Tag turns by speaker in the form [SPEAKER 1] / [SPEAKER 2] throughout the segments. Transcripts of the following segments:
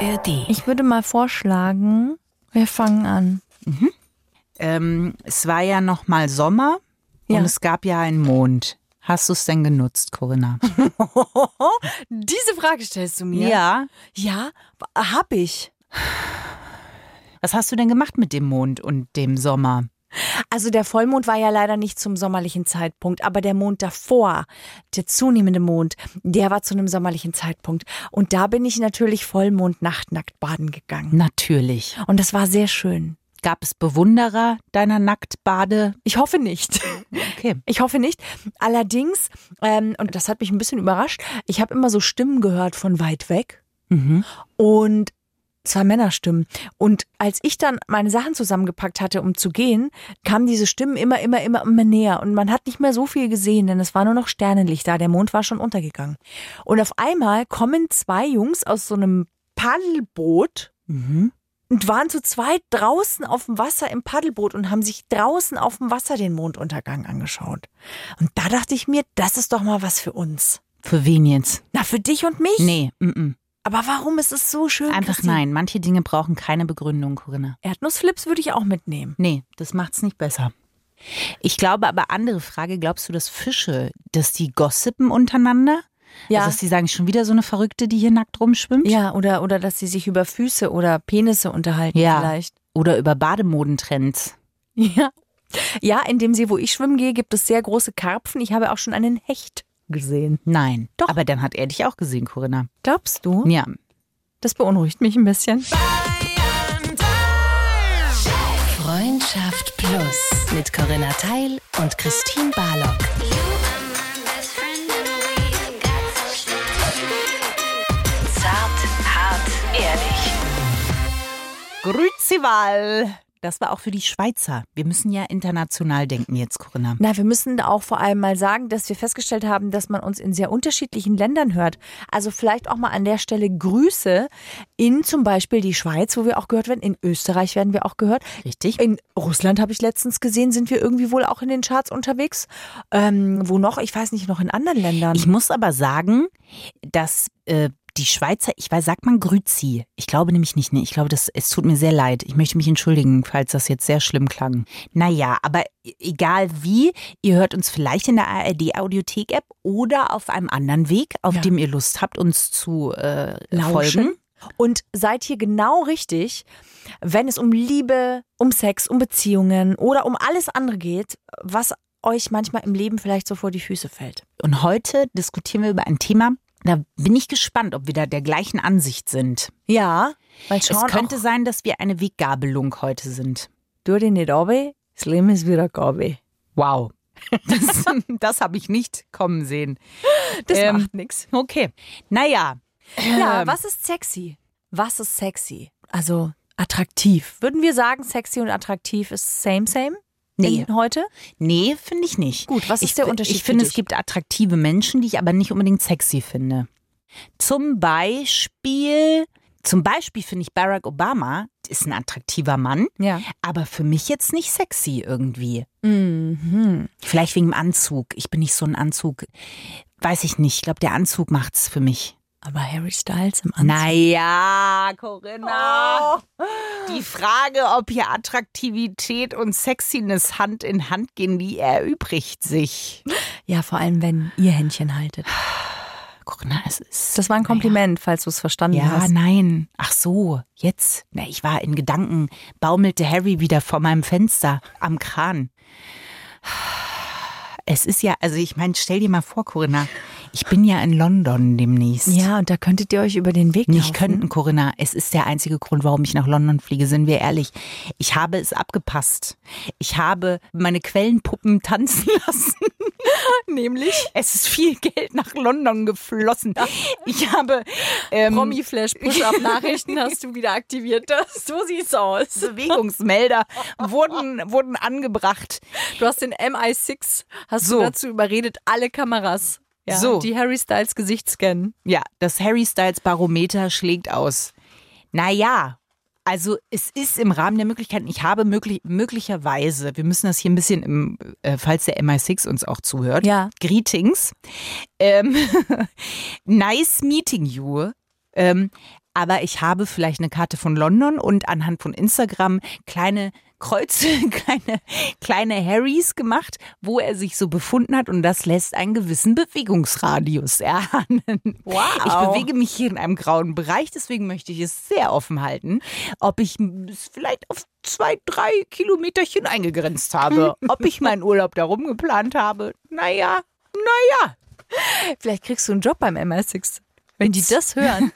[SPEAKER 1] ARD.
[SPEAKER 2] Ich würde mal vorschlagen, wir fangen an.
[SPEAKER 3] Ähm, es war ja noch mal Sommer
[SPEAKER 2] Ja.
[SPEAKER 3] und es gab ja einen Mond. Hast du es denn genutzt, Corinna?
[SPEAKER 1] Diese Frage stellst du mir?
[SPEAKER 3] ja.
[SPEAKER 1] Ja, hab ich.
[SPEAKER 3] Was hast du denn gemacht mit dem Mond und dem Sommer?
[SPEAKER 1] Also der Vollmond war ja leider nicht zum sommerlichen Zeitpunkt, aber der Mond davor, der zunehmende Mond, der war zu einem sommerlichen Zeitpunkt. Und da bin ich natürlich Vollmondnacht nackt baden gegangen.
[SPEAKER 3] Natürlich.
[SPEAKER 1] Und das war sehr schön.
[SPEAKER 3] Gab es Bewunderer deiner Nacktbade?
[SPEAKER 1] Ich hoffe nicht.
[SPEAKER 3] Okay.
[SPEAKER 1] Ich hoffe nicht. Allerdings, ähm, und das hat mich ein bisschen überrascht, ich habe immer so Stimmen gehört von weit weg
[SPEAKER 3] Mhm.
[SPEAKER 1] und zwar Männerstimmen. Und als ich dann meine Sachen zusammengepackt hatte, um zu gehen, kamen diese Stimmen immer, immer, immer, immer näher. Und man hat nicht mehr so viel gesehen, denn es war nur noch Sternenlicht da. Der Mond war schon untergegangen. Und auf einmal kommen zwei Jungs aus so einem Paddelboot
[SPEAKER 3] Mhm.
[SPEAKER 1] und waren zu zweit draußen auf dem Wasser im Paddelboot und haben sich draußen auf dem Wasser den Monduntergang angeschaut. Und da dachte ich mir, das ist doch mal was für uns.
[SPEAKER 3] Für wen jetzt?
[SPEAKER 1] Na, für dich und mich.
[SPEAKER 3] Nee, mhm.
[SPEAKER 1] Aber warum ist es so schön?
[SPEAKER 3] einfach
[SPEAKER 1] Christine?
[SPEAKER 3] nein. Manche Dinge brauchen keine Begründung, Corinna.
[SPEAKER 1] Erdnussflips würde ich auch mitnehmen.
[SPEAKER 3] Nee, das macht's nicht besser. Ich glaube aber, andere Frage, glaubst du, dass Fische, dass die gossipen untereinander?
[SPEAKER 1] Ja.
[SPEAKER 3] Also, dass die sagen, schon wieder so eine Verrückte, die hier nackt rumschwimmt?
[SPEAKER 1] Ja, oder, oder dass sie sich über Füße oder Penisse unterhalten
[SPEAKER 3] Ja.
[SPEAKER 1] vielleicht.
[SPEAKER 3] Oder über Bademodentrends?
[SPEAKER 1] Ja. Ja, in dem See, wo ich schwimmen gehe, gibt es sehr große Karpfen. Ich habe auch schon einen Hecht gesehen.
[SPEAKER 3] Nein.
[SPEAKER 1] Doch.
[SPEAKER 3] Aber dann hat er dich auch gesehen, Corinna.
[SPEAKER 1] Glaubst du?
[SPEAKER 3] Ja.
[SPEAKER 1] Das beunruhigt mich ein bisschen.
[SPEAKER 4] Freundschaft Plus mit Corinna Teil und Christine Barlock. Zart, hart, ehrlich.
[SPEAKER 3] Grüzival. Das war auch für die Schweizer. Wir müssen ja international denken jetzt, Corinna.
[SPEAKER 1] Na, wir müssen auch vor allem mal sagen, dass wir festgestellt haben, dass man uns in sehr unterschiedlichen Ländern hört. Also vielleicht auch mal an der Stelle Grüße in zum Beispiel die Schweiz, wo wir auch gehört werden. In Österreich werden wir auch gehört.
[SPEAKER 3] Richtig?
[SPEAKER 1] In Russland habe ich letztens gesehen, sind wir irgendwie wohl auch in den Charts unterwegs. Ähm, wo noch? Ich weiß nicht, noch in anderen Ländern.
[SPEAKER 3] Ich muss aber sagen, dass äh, die Schweizer, ich weiß, sagt man Grüzi? Ich glaube nämlich nicht, ne? Ich glaube, das, es tut mir sehr leid. Ich möchte mich entschuldigen, falls das jetzt sehr schlimm klang. Naja, aber e- egal wie, ihr hört uns vielleicht in der ARD-Audiothek-App oder auf einem anderen Weg, auf
[SPEAKER 1] Ja.
[SPEAKER 3] dem ihr Lust habt, uns zu äh,
[SPEAKER 1] Lauschen.
[SPEAKER 3] folgen.
[SPEAKER 1] Und seid hier genau richtig, wenn es um Liebe, um Sex, um Beziehungen oder um alles andere geht, was euch manchmal im Leben vielleicht so vor die Füße fällt.
[SPEAKER 3] Und heute diskutieren wir über ein Thema, da bin ich gespannt, ob wir da der gleichen Ansicht sind.
[SPEAKER 1] Ja, weil schauen
[SPEAKER 3] es könnte
[SPEAKER 1] auch
[SPEAKER 3] sein, dass wir eine Weggabelung heute sind.
[SPEAKER 1] durch den Abe, das Leben ist wieder Gabe.
[SPEAKER 3] Wow. Das, das habe ich nicht kommen sehen.
[SPEAKER 1] Das
[SPEAKER 3] Ähm,
[SPEAKER 1] macht nichts.
[SPEAKER 3] Okay. Naja.
[SPEAKER 1] Ja, was ist sexy? Was ist sexy? Also attraktiv. Würden wir sagen, sexy und attraktiv ist same, same?
[SPEAKER 3] Nee.
[SPEAKER 1] In, heute?
[SPEAKER 3] Nee, finde ich nicht.
[SPEAKER 1] Gut, was ist
[SPEAKER 3] ich,
[SPEAKER 1] der Unterschied
[SPEAKER 3] Ich finde,
[SPEAKER 1] für
[SPEAKER 3] es
[SPEAKER 1] dich?
[SPEAKER 3] gibt attraktive Menschen, die ich aber nicht unbedingt sexy finde. Zum Beispiel, zum Beispiel finde ich Barack Obama ist ein attraktiver Mann,
[SPEAKER 1] Ja.
[SPEAKER 3] aber für mich jetzt nicht sexy irgendwie.
[SPEAKER 1] Mhm.
[SPEAKER 3] Vielleicht wegen dem Anzug. Ich bin nicht so ein Anzug. Weiß ich nicht. Ich glaube, der Anzug macht's für mich.
[SPEAKER 1] Aber Harry Styles im Anzug. Oh.
[SPEAKER 3] Naja, Corinna. Die Frage, ob hier Attraktivität und Sexiness Hand in Hand gehen, die erübrigt sich.
[SPEAKER 1] Ja, vor allem, wenn ihr Händchen haltet.
[SPEAKER 3] Corinna, es ist.
[SPEAKER 1] Das war ein Kompliment, falls du es verstanden
[SPEAKER 3] Ja,
[SPEAKER 1] hast.
[SPEAKER 3] nein. Ach so, jetzt. Na, ich war in Gedanken, baumelte Harry wieder vor meinem Fenster am Kran. Es ist ja, also ich meine, stell dir mal vor, Corinna, ich bin ja in London demnächst.
[SPEAKER 1] Ja, und da könntet ihr euch über den Weg
[SPEAKER 3] Nicht
[SPEAKER 1] laufen.
[SPEAKER 3] könnten, Corinna. Es ist der einzige Grund, warum ich nach London fliege, sind wir ehrlich. Ich habe es abgepasst. Ich habe meine Quellenpuppen tanzen lassen. Nämlich? Es ist viel Geld nach London geflossen. Ich habe ähm,
[SPEAKER 1] Promi-Flash, Push-Up-Nachrichten hast du wieder aktiviert. Das, so sieht's aus.
[SPEAKER 3] Bewegungsmelder wurden, wurden angebracht.
[SPEAKER 1] Du hast den MI6, hast
[SPEAKER 3] So.
[SPEAKER 1] du dazu überredet, alle Kameras, ja,
[SPEAKER 3] So.
[SPEAKER 1] die Harry Styles Gesicht scannen.
[SPEAKER 3] Ja, das Harry Styles Barometer schlägt aus. Naja, also es ist im Rahmen der Möglichkeiten. Ich habe möglich, möglicherweise, wir müssen das hier ein bisschen, im, äh, falls der MI6 uns auch zuhört,
[SPEAKER 1] Ja.
[SPEAKER 3] Greetings. Ähm, nice meeting you. Ähm, aber ich habe vielleicht eine Karte von London und anhand von Instagram kleine Kreuze, kleine, kleine Harrys gemacht, wo er sich so befunden hat und das lässt einen gewissen Bewegungsradius erahnen.
[SPEAKER 1] Wow.
[SPEAKER 3] Ich bewege mich hier in einem grauen Bereich, deswegen möchte ich es sehr offen halten, ob ich es vielleicht auf zwei, drei Kilometerchen eingegrenzt habe, ob ich meinen Urlaub darum geplant habe. Naja, naja.
[SPEAKER 1] Vielleicht kriegst du einen Job beim MI6. Wenn die das hören.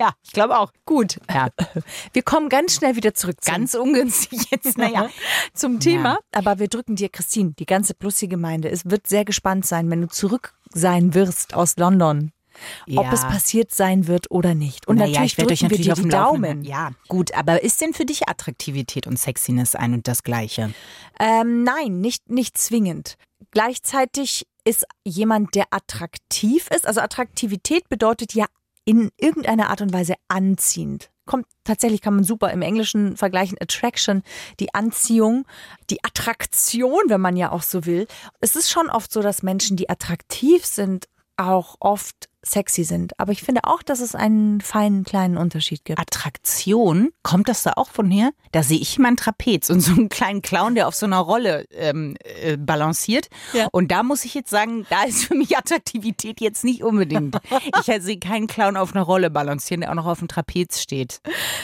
[SPEAKER 3] Ja, ich glaube auch.
[SPEAKER 1] Gut.
[SPEAKER 3] Ja.
[SPEAKER 1] Wir kommen ganz schnell wieder zurück zum,
[SPEAKER 3] Ganz ungünstig jetzt, naja.
[SPEAKER 1] zum Thema. Aber wir drücken dir, Christine, die ganze Plussi-Gemeinde. Es wird sehr gespannt sein, wenn du zurück sein wirst aus London. Ob
[SPEAKER 3] Ja.
[SPEAKER 1] es passiert sein wird oder nicht. Und
[SPEAKER 3] Naja,
[SPEAKER 1] natürlich
[SPEAKER 3] ich werde
[SPEAKER 1] drücken
[SPEAKER 3] euch natürlich
[SPEAKER 1] wir
[SPEAKER 3] auf
[SPEAKER 1] dir
[SPEAKER 3] dem
[SPEAKER 1] die
[SPEAKER 3] Laufenden.
[SPEAKER 1] Daumen.
[SPEAKER 3] Ja, gut, aber ist denn für dich Attraktivität und Sexiness ein und das Gleiche?
[SPEAKER 1] Ähm, nein, nicht, nicht zwingend. Gleichzeitig ist jemand, der attraktiv ist. Also Attraktivität bedeutet ja in irgendeiner Art und Weise anziehend. Kommt, tatsächlich kann man super im Englischen vergleichen. Attraction, die Anziehung, die Attraktion, wenn man ja auch so will. Es ist schon oft so, dass Menschen, die attraktiv sind, auch oft sexy sind. Aber ich finde auch, dass es einen feinen kleinen Unterschied gibt.
[SPEAKER 3] Attraktion, kommt das da auch von her? Da sehe ich immer einen Trapez und so einen kleinen Clown, der auf so einer Rolle ähm, äh, balanciert.
[SPEAKER 1] Ja.
[SPEAKER 3] Und da muss ich jetzt sagen, da ist für mich Attraktivität jetzt nicht unbedingt. Ich äh, sehe keinen Clown auf einer Rolle balancieren, der auch noch auf dem Trapez steht.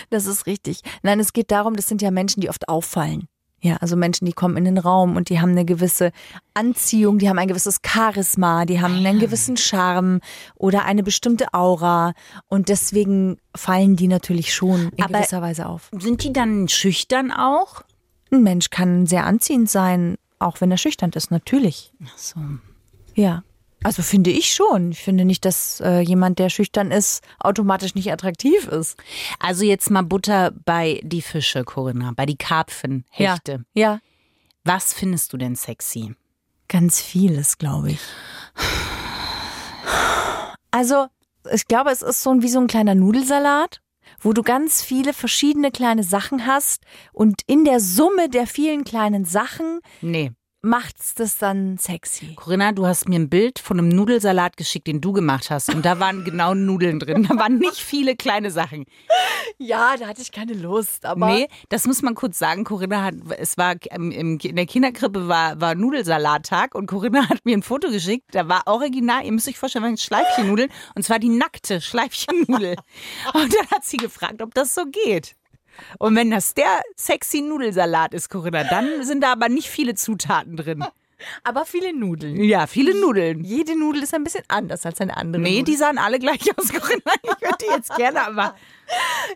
[SPEAKER 1] Das ist richtig. Nein, es geht darum, das sind ja Menschen, die oft auffallen. Ja, also Menschen, die kommen in den Raum und die haben eine gewisse Anziehung, die haben ein gewisses Charisma, die haben einen gewissen Charme oder eine bestimmte Aura und deswegen fallen die natürlich schon in
[SPEAKER 3] Aber-
[SPEAKER 1] gewisser Weise auf.
[SPEAKER 3] Sind die dann schüchtern auch?
[SPEAKER 1] Ein Mensch kann sehr anziehend sein, auch wenn er schüchtern ist, natürlich.
[SPEAKER 3] Ach so.
[SPEAKER 1] Ja. Also finde ich schon. Ich finde nicht, dass äh, jemand, der schüchtern ist, automatisch nicht attraktiv ist.
[SPEAKER 3] Also jetzt mal Butter bei die Fische, Corinna, bei die Karpfen, Hechte.
[SPEAKER 1] Ja. ja.
[SPEAKER 3] Was findest du denn sexy?
[SPEAKER 1] Ganz vieles, glaube ich. Also, ich glaube, es ist so ein, wie so ein kleiner Nudelsalat, wo du ganz viele verschiedene kleine Sachen hast und in der Summe der vielen kleinen Sachen
[SPEAKER 3] Nee.
[SPEAKER 1] macht's das dann sexy.
[SPEAKER 3] Corinna, du hast mir ein Bild von einem Nudelsalat geschickt, den du gemacht hast. Und da waren genau Nudeln drin. Da waren nicht viele kleine Sachen.
[SPEAKER 1] Ja, da hatte ich keine Lust, aber
[SPEAKER 3] Nee, das muss man kurz sagen. Corinna hat, es war ähm, im, in der Kinderkrippe war, war Nudelsalattag und Corinna hat mir ein Foto geschickt. Da war original, ihr müsst euch vorstellen, waren Schleifchennudeln. Und zwar die nackte Schleifchennudel. Und dann hat sie gefragt, ob das so geht. Und wenn das der sexy Nudelsalat ist, Corinna, dann sind da aber nicht viele Zutaten drin.
[SPEAKER 1] aber viele Nudeln.
[SPEAKER 3] Ja, viele Nudeln.
[SPEAKER 1] Jede Nudel ist ein bisschen anders als eine andere.
[SPEAKER 3] Nee,
[SPEAKER 1] Nudel.
[SPEAKER 3] die sahen alle gleich aus, Corinna. Ich würde jetzt gerne, aber.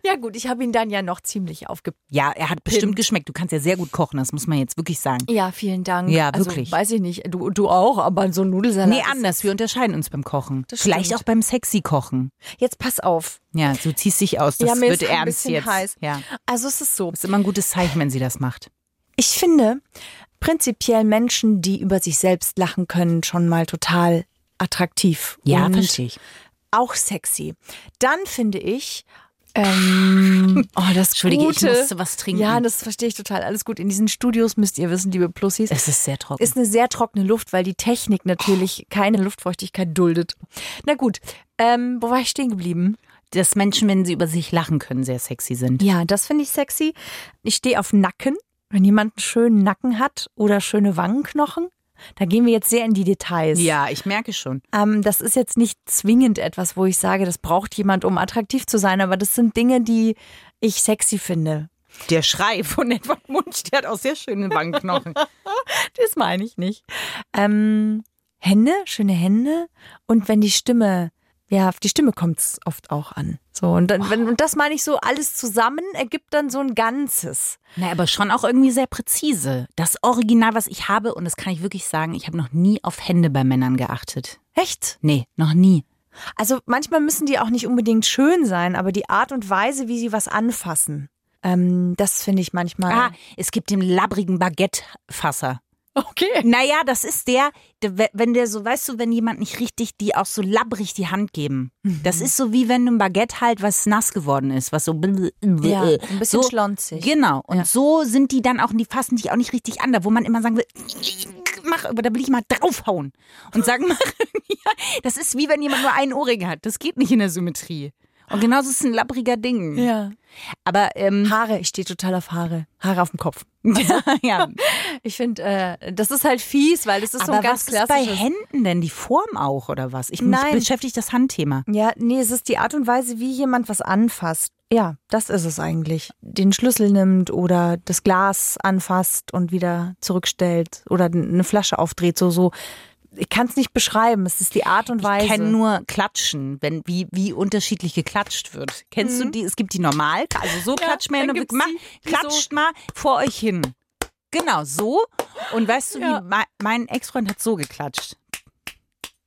[SPEAKER 1] ja gut, ich habe ihn dann ja noch ziemlich aufge
[SPEAKER 3] Ja, er hat bestimmt geschmeckt. Du kannst ja sehr gut kochen, das muss man jetzt wirklich sagen.
[SPEAKER 1] Ja, vielen Dank.
[SPEAKER 3] Ja,
[SPEAKER 1] Also,
[SPEAKER 3] wirklich.
[SPEAKER 1] weiß ich nicht, du, du auch, aber so ein Nudelsalat.
[SPEAKER 3] Nee,
[SPEAKER 1] ist-
[SPEAKER 3] anders. Wir unterscheiden uns beim Kochen.
[SPEAKER 1] Das
[SPEAKER 3] Vielleicht
[SPEAKER 1] stimmt.
[SPEAKER 3] auch beim sexy Kochen.
[SPEAKER 1] Jetzt pass auf.
[SPEAKER 3] Ja, du ziehst dich aus. Das
[SPEAKER 1] Ja, mir
[SPEAKER 3] wird
[SPEAKER 1] ist ein
[SPEAKER 3] ernst
[SPEAKER 1] bisschen
[SPEAKER 3] jetzt.
[SPEAKER 1] heiß.
[SPEAKER 3] Ja.
[SPEAKER 1] Also es ist so.
[SPEAKER 3] Ist immer ein gutes Zeichen, wenn sie das macht.
[SPEAKER 1] Ich finde prinzipiell Menschen, die über sich selbst lachen können, schon mal total attraktiv. und
[SPEAKER 3] ich.
[SPEAKER 1] Auch sexy. Dann finde ich,
[SPEAKER 2] Ähm,
[SPEAKER 1] oh, das
[SPEAKER 3] Entschuldige,
[SPEAKER 1] gute,
[SPEAKER 3] ich musste was trinken.
[SPEAKER 1] Ja, das verstehe ich total. Alles gut. In diesen Studios müsst ihr wissen, liebe Plussis,
[SPEAKER 3] es ist sehr trocken.
[SPEAKER 1] ist eine sehr trockene Luft, weil die Technik
[SPEAKER 3] Oh.
[SPEAKER 1] natürlich keine Luftfeuchtigkeit duldet. Na gut, ähm, wo war ich stehen geblieben?
[SPEAKER 3] dass Menschen, wenn sie über sich lachen können, sehr sexy sind.
[SPEAKER 1] Ja, das finde ich sexy. Ich stehe auf Nacken. Wenn jemand einen schönen Nacken hat oder schöne Wangenknochen, da gehen wir jetzt sehr in die Details.
[SPEAKER 3] Ja, ich merke schon.
[SPEAKER 1] Ähm, das ist jetzt nicht zwingend etwas, wo ich sage, das braucht jemand, um attraktiv zu sein, aber das sind Dinge, die ich sexy finde.
[SPEAKER 3] Der Schrei von Edward Munch, der hat auch sehr schöne Wangenknochen.
[SPEAKER 1] Das meine ich nicht. Ähm, Hände, schöne Hände. Und wenn die Stimme, ja, auf die Stimme kommt es oft auch an. So, und, dann, wenn, und das meine ich so, alles zusammen ergibt dann so ein Ganzes.
[SPEAKER 3] Na, aber schon auch irgendwie sehr präzise. Das Original, was ich habe, und das kann ich wirklich sagen, ich habe noch nie auf Hände bei Männern geachtet.
[SPEAKER 1] Echt?
[SPEAKER 3] Nee, noch nie.
[SPEAKER 1] Also manchmal müssen die auch nicht unbedingt schön sein, aber die Art und Weise, wie sie was anfassen, ähm, das finde ich manchmal.
[SPEAKER 3] Ah, es gibt den labbrigen Baguette-Fasser.
[SPEAKER 1] okay.
[SPEAKER 3] Naja, das ist der, der, wenn der so, weißt du, wenn jemand nicht richtig, die auch so labbrig die Hand geben. Das ist so wie wenn du ein Baguette halt, was nass geworden ist, was so.
[SPEAKER 1] Mhm. Ja, ein bisschen
[SPEAKER 3] so,
[SPEAKER 1] schlonzig.
[SPEAKER 3] Genau. Und so sind die dann auch, die fassen dich auch nicht richtig an, da wo man immer sagen will, mach, aber da will ich mal draufhauen und sagen, mach. Ja, das ist wie wenn jemand nur einen Ohrring hat. Das geht nicht in der Symmetrie. Und genauso ist es ein labbriger Ding.
[SPEAKER 1] Ja.
[SPEAKER 3] Aber ähm,
[SPEAKER 1] Haare, ich stehe total auf Haare. Haare auf dem Kopf.
[SPEAKER 3] ja.
[SPEAKER 1] Ich finde, äh, das ist halt fies, weil das ist so
[SPEAKER 3] Aber
[SPEAKER 1] ein ganz
[SPEAKER 3] was ist bei
[SPEAKER 1] klassisches.
[SPEAKER 3] Händen denn die Form auch oder was? Ich
[SPEAKER 1] Nein.
[SPEAKER 3] mich beschäftigt das Handthema.
[SPEAKER 1] ja, nee, es ist die Art und Weise, wie jemand was anfasst. Ja, das ist es eigentlich. Den Schlüssel nimmt oder das Glas anfasst und wieder zurückstellt oder eine Flasche aufdreht, so so. Ich kann es nicht beschreiben. Es ist die Art und Weise.
[SPEAKER 3] Ich kenne nur Klatschen, wenn wie wie unterschiedlich geklatscht wird. Kennst du die? Es gibt die normal, also so klatscht man
[SPEAKER 1] Mhm. dann
[SPEAKER 3] und
[SPEAKER 1] gibt's
[SPEAKER 3] macht,
[SPEAKER 1] die, die so-
[SPEAKER 3] klatscht mal vor euch hin. Genau so. Und weißt du,
[SPEAKER 1] Ja.
[SPEAKER 3] wie mein, mein Ex-Freund hat so geklatscht.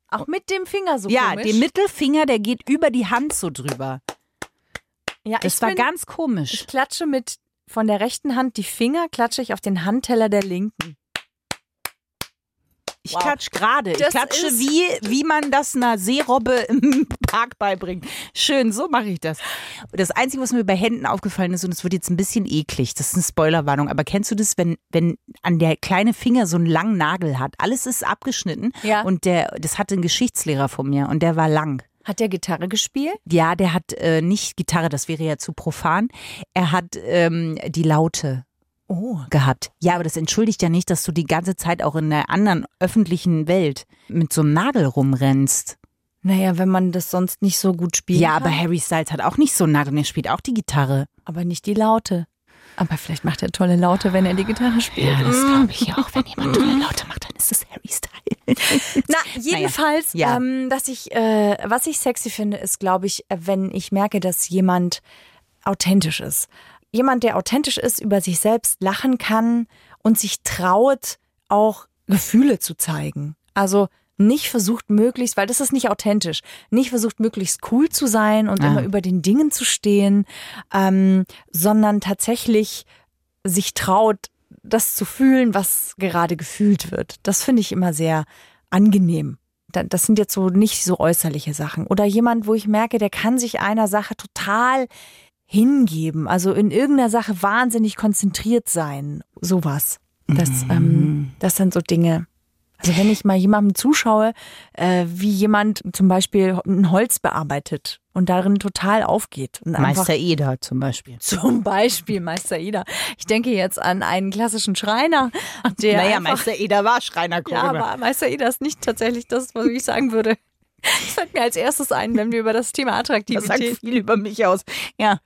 [SPEAKER 1] auch mit dem Finger so
[SPEAKER 3] Oh. ja,
[SPEAKER 1] komisch.
[SPEAKER 3] den Mittelfinger, der geht über die Hand so drüber.
[SPEAKER 1] ja,
[SPEAKER 3] Das
[SPEAKER 1] ich
[SPEAKER 3] war
[SPEAKER 1] bin-
[SPEAKER 3] ganz komisch.
[SPEAKER 1] Ich klatsche mit von der rechten Hand die Finger, klatsche ich auf den Handteller der linken.
[SPEAKER 3] Ich
[SPEAKER 1] Wow.
[SPEAKER 3] klatsch gerade. Ich
[SPEAKER 1] Das
[SPEAKER 3] klatsche,
[SPEAKER 1] ist-
[SPEAKER 3] wie, wie man das einer Seerobbe im Park beibringt. Schön, so mache ich das. Das Einzige, was mir bei Händen aufgefallen ist, und es wird jetzt ein bisschen eklig, das ist eine Spoilerwarnung, aber kennst du das, wenn, wenn an der kleine Finger so einen langen Nagel hat? Alles ist abgeschnitten.
[SPEAKER 1] Ja.
[SPEAKER 3] Und der, das hatte ein Geschichtslehrer von mir und der war lang.
[SPEAKER 1] Hat der Gitarre gespielt?
[SPEAKER 3] Ja, der hat äh, nicht Gitarre, das wäre ja zu profan. Er hat ähm, die Laute
[SPEAKER 1] Oh.
[SPEAKER 3] gehabt. Ja, aber das entschuldigt ja nicht, dass du die ganze Zeit auch in der anderen öffentlichen Welt mit so einem Nagel rumrennst.
[SPEAKER 1] Naja, wenn man das sonst nicht so gut spielt.
[SPEAKER 3] Ja, aber Harry Styles hat auch nicht so einen Nagel, und er spielt auch die Gitarre.
[SPEAKER 1] aber nicht die Laute. Aber vielleicht macht er tolle Laute, wenn er die Gitarre spielt.
[SPEAKER 3] das glaube ich ja auch. Wenn jemand tolle Laute macht, dann ist es Harry Styles.
[SPEAKER 1] Na, jedenfalls,
[SPEAKER 3] Ja.
[SPEAKER 1] Ähm, dass ich, äh, was ich sexy finde, ist, glaube ich, äh, wenn ich merke, dass jemand authentisch ist. Jemand, der authentisch ist, über sich selbst lachen kann und sich traut, auch Gefühle zu zeigen. Also nicht versucht möglichst, weil das ist nicht authentisch, nicht versucht möglichst cool zu sein und
[SPEAKER 3] Ah.
[SPEAKER 1] immer über den Dingen zu stehen, ähm, sondern tatsächlich sich traut, das zu fühlen, was gerade gefühlt wird. Das finde ich immer sehr angenehm. Da- Das sind jetzt so nicht so äußerliche Sachen. Oder jemand, wo ich merke, der kann sich einer Sache total hingeben, also in irgendeiner Sache wahnsinnig konzentriert sein. Sowas.
[SPEAKER 3] Mhm.
[SPEAKER 1] Das, ähm, das sind so Dinge. Also wenn ich mal jemandem zuschaue, äh, wie jemand zum Beispiel ein Holz bearbeitet und darin total aufgeht. Und einfach
[SPEAKER 3] Meister Eder zum Beispiel.
[SPEAKER 1] zum Beispiel Meister Ida. Ich denke jetzt an einen klassischen Schreiner, der
[SPEAKER 3] naja,
[SPEAKER 1] einfach,
[SPEAKER 3] Meister Eder war Schreiner
[SPEAKER 1] ja, aber Meister Ida ist nicht tatsächlich das, was ich sagen würde. Das fällt mir als erstes ein, wenn wir über das Thema
[SPEAKER 3] das sagt
[SPEAKER 1] Attraktivität.
[SPEAKER 3] viel über mich aus. Ja.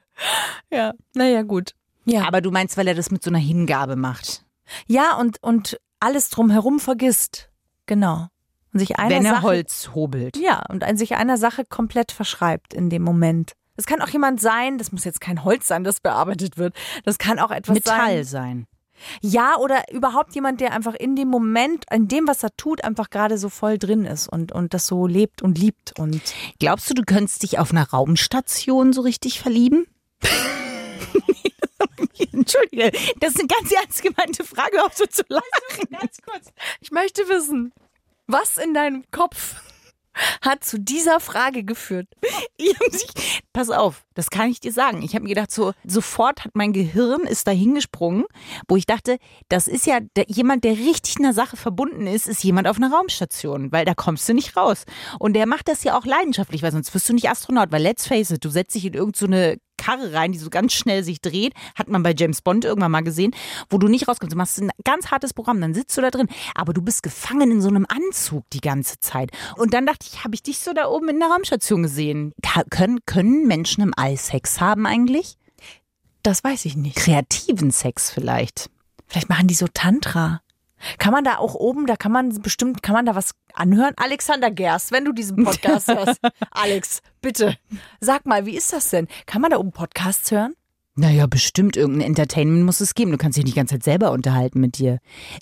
[SPEAKER 1] Ja, naja, gut. Ja,
[SPEAKER 3] Aber du meinst, weil er das mit so einer Hingabe macht.
[SPEAKER 1] ja und, und alles drumherum vergisst. Genau. Und sich einer
[SPEAKER 3] wenn er
[SPEAKER 1] Sache,
[SPEAKER 3] Holz hobelt.
[SPEAKER 1] Ja, und ein, sich einer Sache komplett verschreibt in dem Moment. Es kann auch jemand sein, das muss jetzt kein Holz sein, das bearbeitet wird. Das kann auch etwas sein.
[SPEAKER 3] Metall sein.
[SPEAKER 1] Ja, oder überhaupt jemand, der einfach in dem Moment, in dem, was er tut, einfach gerade so voll drin ist und, und das so lebt und liebt. Und
[SPEAKER 3] Glaubst du, du könntest dich auf einer Raumstation so richtig verlieben? Entschuldige, das ist eine ganz ernst gemeinte Frage, ob du zu lachen.
[SPEAKER 1] ich möchte wissen, was in deinem Kopf hat zu dieser Frage geführt?
[SPEAKER 3] Pass auf, das kann ich dir sagen. Ich habe mir gedacht, so sofort hat mein Gehirn ist da hingesprungen, wo ich dachte, das ist ja der, jemand, der richtig einer Sache verbunden ist, ist jemand auf einer Raumstation, weil da kommst du nicht raus. Und der macht das ja auch leidenschaftlich, weil sonst wirst du nicht Astronaut, weil let's face it, du setzt dich in irgendeine so eine Karre rein, die so ganz schnell sich dreht, hat man bei James Bond irgendwann mal gesehen, wo du nicht rauskommst. Du machst ein ganz hartes Programm, dann sitzt du da drin, aber du bist gefangen in so einem Anzug die ganze Zeit. Und dann dachte ich, habe ich dich so da oben in der Raumstation gesehen? Ka- Können, können Menschen im All Sex haben eigentlich?
[SPEAKER 1] Das weiß ich nicht.
[SPEAKER 3] Kreativen Sex vielleicht.
[SPEAKER 1] Vielleicht machen die so Tantra. Kann man da auch oben, da kann man bestimmt, kann man da was anhören? Alexander Gerst, wenn du diesen Podcast hörst. Alex, bitte. Sag mal, wie ist das denn? Kann man da oben Podcasts hören?
[SPEAKER 3] Naja, bestimmt irgendein Entertainment muss es geben. Du kannst dich nicht die ganze Zeit selber unterhalten mit dir.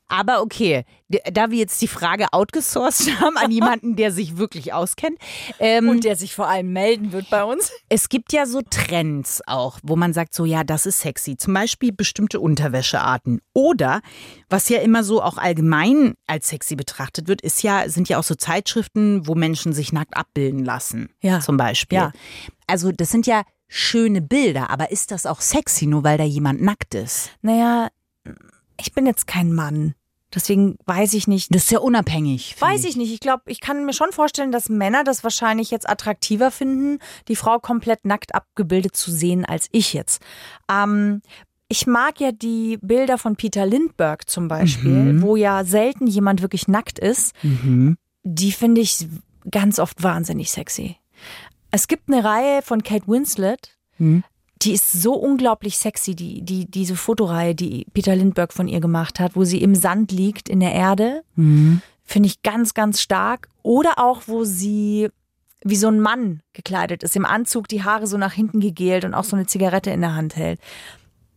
[SPEAKER 3] Aber okay, d- da wir jetzt die Frage outgesourced haben an jemanden, der sich wirklich auskennt. Ähm,
[SPEAKER 1] Und der sich vor allem melden wird bei uns.
[SPEAKER 3] Es gibt ja so Trends auch, wo man sagt, so ja, das ist sexy. Zum Beispiel bestimmte Unterwäschearten. Oder, was ja immer so auch allgemein als sexy betrachtet wird, ist ja, sind ja auch so Zeitschriften, wo Menschen sich nackt abbilden lassen.
[SPEAKER 1] Ja.
[SPEAKER 3] Zum Beispiel.
[SPEAKER 1] Ja.
[SPEAKER 3] Also, das sind ja schöne Bilder, aber ist das auch sexy, nur weil da jemand nackt ist?
[SPEAKER 1] Naja, ich bin jetzt kein Mann. Deswegen weiß ich nicht.
[SPEAKER 3] Das ist ja unabhängig.
[SPEAKER 1] Weiß ich nicht. Ich glaube, ich kann mir schon vorstellen, dass Männer das wahrscheinlich jetzt attraktiver finden, die Frau komplett nackt abgebildet zu sehen, als ich jetzt. Ähm, ich mag ja die Bilder von Peter Lindbergh zum Beispiel,
[SPEAKER 3] Mhm.
[SPEAKER 1] wo ja selten jemand wirklich nackt ist.
[SPEAKER 3] Mhm.
[SPEAKER 1] Die finde ich ganz oft wahnsinnig sexy. Es gibt eine Reihe von Kate Winslet,
[SPEAKER 3] Mhm.
[SPEAKER 1] die ist so unglaublich sexy, die, die, diese Fotoreihe, die Peter Lindbergh von ihr gemacht hat, wo sie im Sand liegt, in der Erde.
[SPEAKER 3] Mhm.
[SPEAKER 1] Finde ich ganz, ganz stark. Oder auch, wo sie wie so ein Mann gekleidet ist, im Anzug, die Haare so nach hinten gegelt und auch so eine Zigarette in der Hand hält.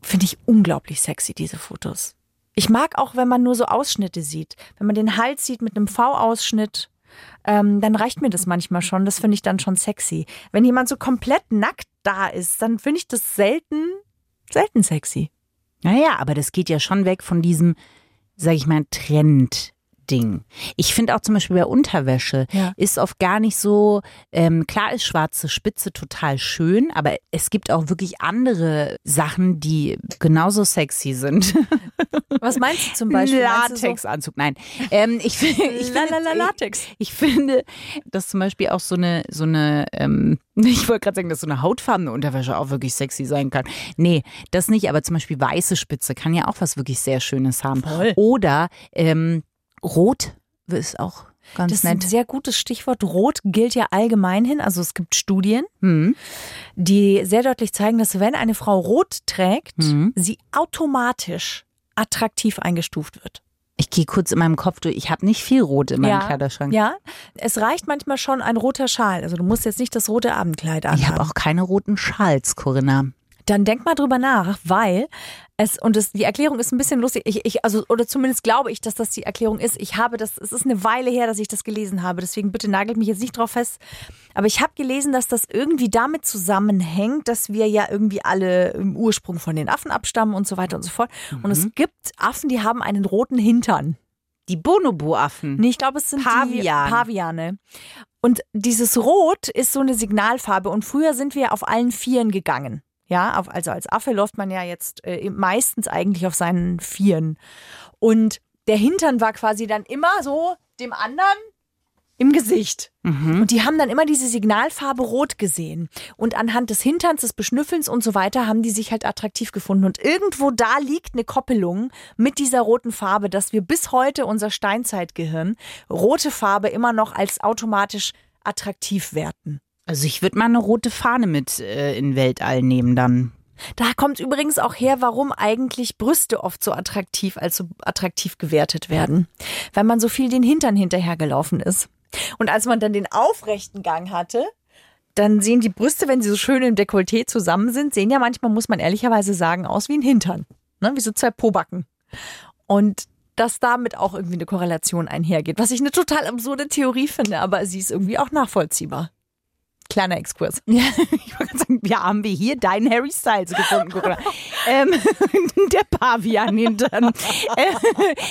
[SPEAKER 1] Finde ich unglaublich sexy, diese Fotos. Ich mag auch, wenn man nur so Ausschnitte sieht. Wenn man den Hals sieht mit einem V-Ausschnitt, ähm, dann reicht mir das manchmal schon. Das finde ich dann schon sexy. Wenn jemand so komplett nackt da ist, dann finde ich das selten, selten sexy.
[SPEAKER 3] Naja, aber das geht ja schon weg von diesem, sag ich mal, Trend-Ding. Ich finde auch zum Beispiel bei Unterwäsche
[SPEAKER 1] Ja.
[SPEAKER 3] ist oft gar nicht so, ähm, klar ist schwarze Spitze total schön, aber es gibt auch wirklich andere Sachen, die genauso sexy sind.
[SPEAKER 1] Was meinst du zum Beispiel? Meinst du so-
[SPEAKER 3] Latexanzug, nein. Ähm, ich finde, ich
[SPEAKER 1] La, la,
[SPEAKER 3] finde-
[SPEAKER 1] la, Latex.
[SPEAKER 3] Ich finde, dass zum Beispiel auch so eine, so eine, ähm, ich wollte gerade sagen, dass so eine hautfarbene Unterwäsche auch wirklich sexy sein kann. Nee, das nicht, aber zum Beispiel weiße Spitze kann ja auch was wirklich sehr Schönes haben.
[SPEAKER 1] Voll.
[SPEAKER 3] Oder ähm, rot ist auch ganz
[SPEAKER 1] Das ist ein
[SPEAKER 3] nett.
[SPEAKER 1] sehr gutes Stichwort. Rot gilt ja allgemein hin. Also es gibt Studien,
[SPEAKER 3] Hm.
[SPEAKER 1] die sehr deutlich zeigen, dass wenn eine Frau rot trägt,
[SPEAKER 3] Mhm.
[SPEAKER 1] sie automatisch attraktiv eingestuft wird.
[SPEAKER 3] Ich gehe kurz in meinem Kopf durch. Ich habe nicht viel Rot in meinem
[SPEAKER 1] ja,
[SPEAKER 3] Kleiderschrank.
[SPEAKER 1] Ja, es reicht manchmal schon ein roter Schal. Also du musst jetzt nicht das rote Abendkleid anhaben.
[SPEAKER 3] Ich habe auch keine roten Schals, Corinna.
[SPEAKER 1] Dann denk mal drüber nach, weil es und es, die Erklärung ist ein bisschen lustig. Ich, ich, also oder zumindest glaube ich, dass das die Erklärung ist. Ich habe das, es ist eine Weile her, dass ich das gelesen habe. Deswegen bitte nagelt mich jetzt nicht drauf fest. Aber ich habe gelesen, dass das irgendwie damit zusammenhängt, dass wir ja irgendwie alle im Ursprung von den Affen abstammen und so weiter und so fort. Und es gibt Affen, die haben einen roten Hintern.
[SPEAKER 3] Die Bonobo-Affen.
[SPEAKER 1] Nee, ich glaube, es sind die
[SPEAKER 3] Hm. Pavian.
[SPEAKER 1] Paviane. Und dieses Rot ist so eine Signalfarbe. Und früher sind wir auf allen Vieren gegangen. Ja, auf, also als Affe läuft man ja jetzt äh, meistens eigentlich auf seinen Vieren. Und der Hintern war quasi dann immer so dem anderen im Gesicht.
[SPEAKER 3] Mhm.
[SPEAKER 1] Und die haben dann immer diese Signalfarbe rot gesehen. Und anhand des Hinterns, des Beschnüffelns und so weiter haben die sich halt attraktiv gefunden. Und irgendwo da liegt eine Koppelung mit dieser roten Farbe, dass wir bis heute unser Steinzeitgehirn rote Farbe immer noch als automatisch attraktiv werten.
[SPEAKER 3] Also ich würde mal eine rote Fahne mit äh, in Weltall nehmen dann.
[SPEAKER 1] Da kommt übrigens auch her, warum eigentlich Brüste oft so attraktiv als so attraktiv gewertet werden. Weil man so viel den Hintern hinterhergelaufen ist. Und als man dann den aufrechten Gang hatte, dann sehen die Brüste, wenn sie so schön im Dekolleté zusammen sind, sehen ja manchmal, muss man ehrlicherweise sagen, aus wie ein Hintern. Ne? Wie so zwei Pobacken. Und dass damit auch irgendwie eine Korrelation einhergeht, was ich eine total absurde Theorie finde, aber sie ist irgendwie auch nachvollziehbar. Kleiner Exkurs.
[SPEAKER 3] Ja, ich wollte gerade sagen, wir haben wir hier deinen Harry Styles gefunden, Corinna. ähm, der Pavian hintern. äh,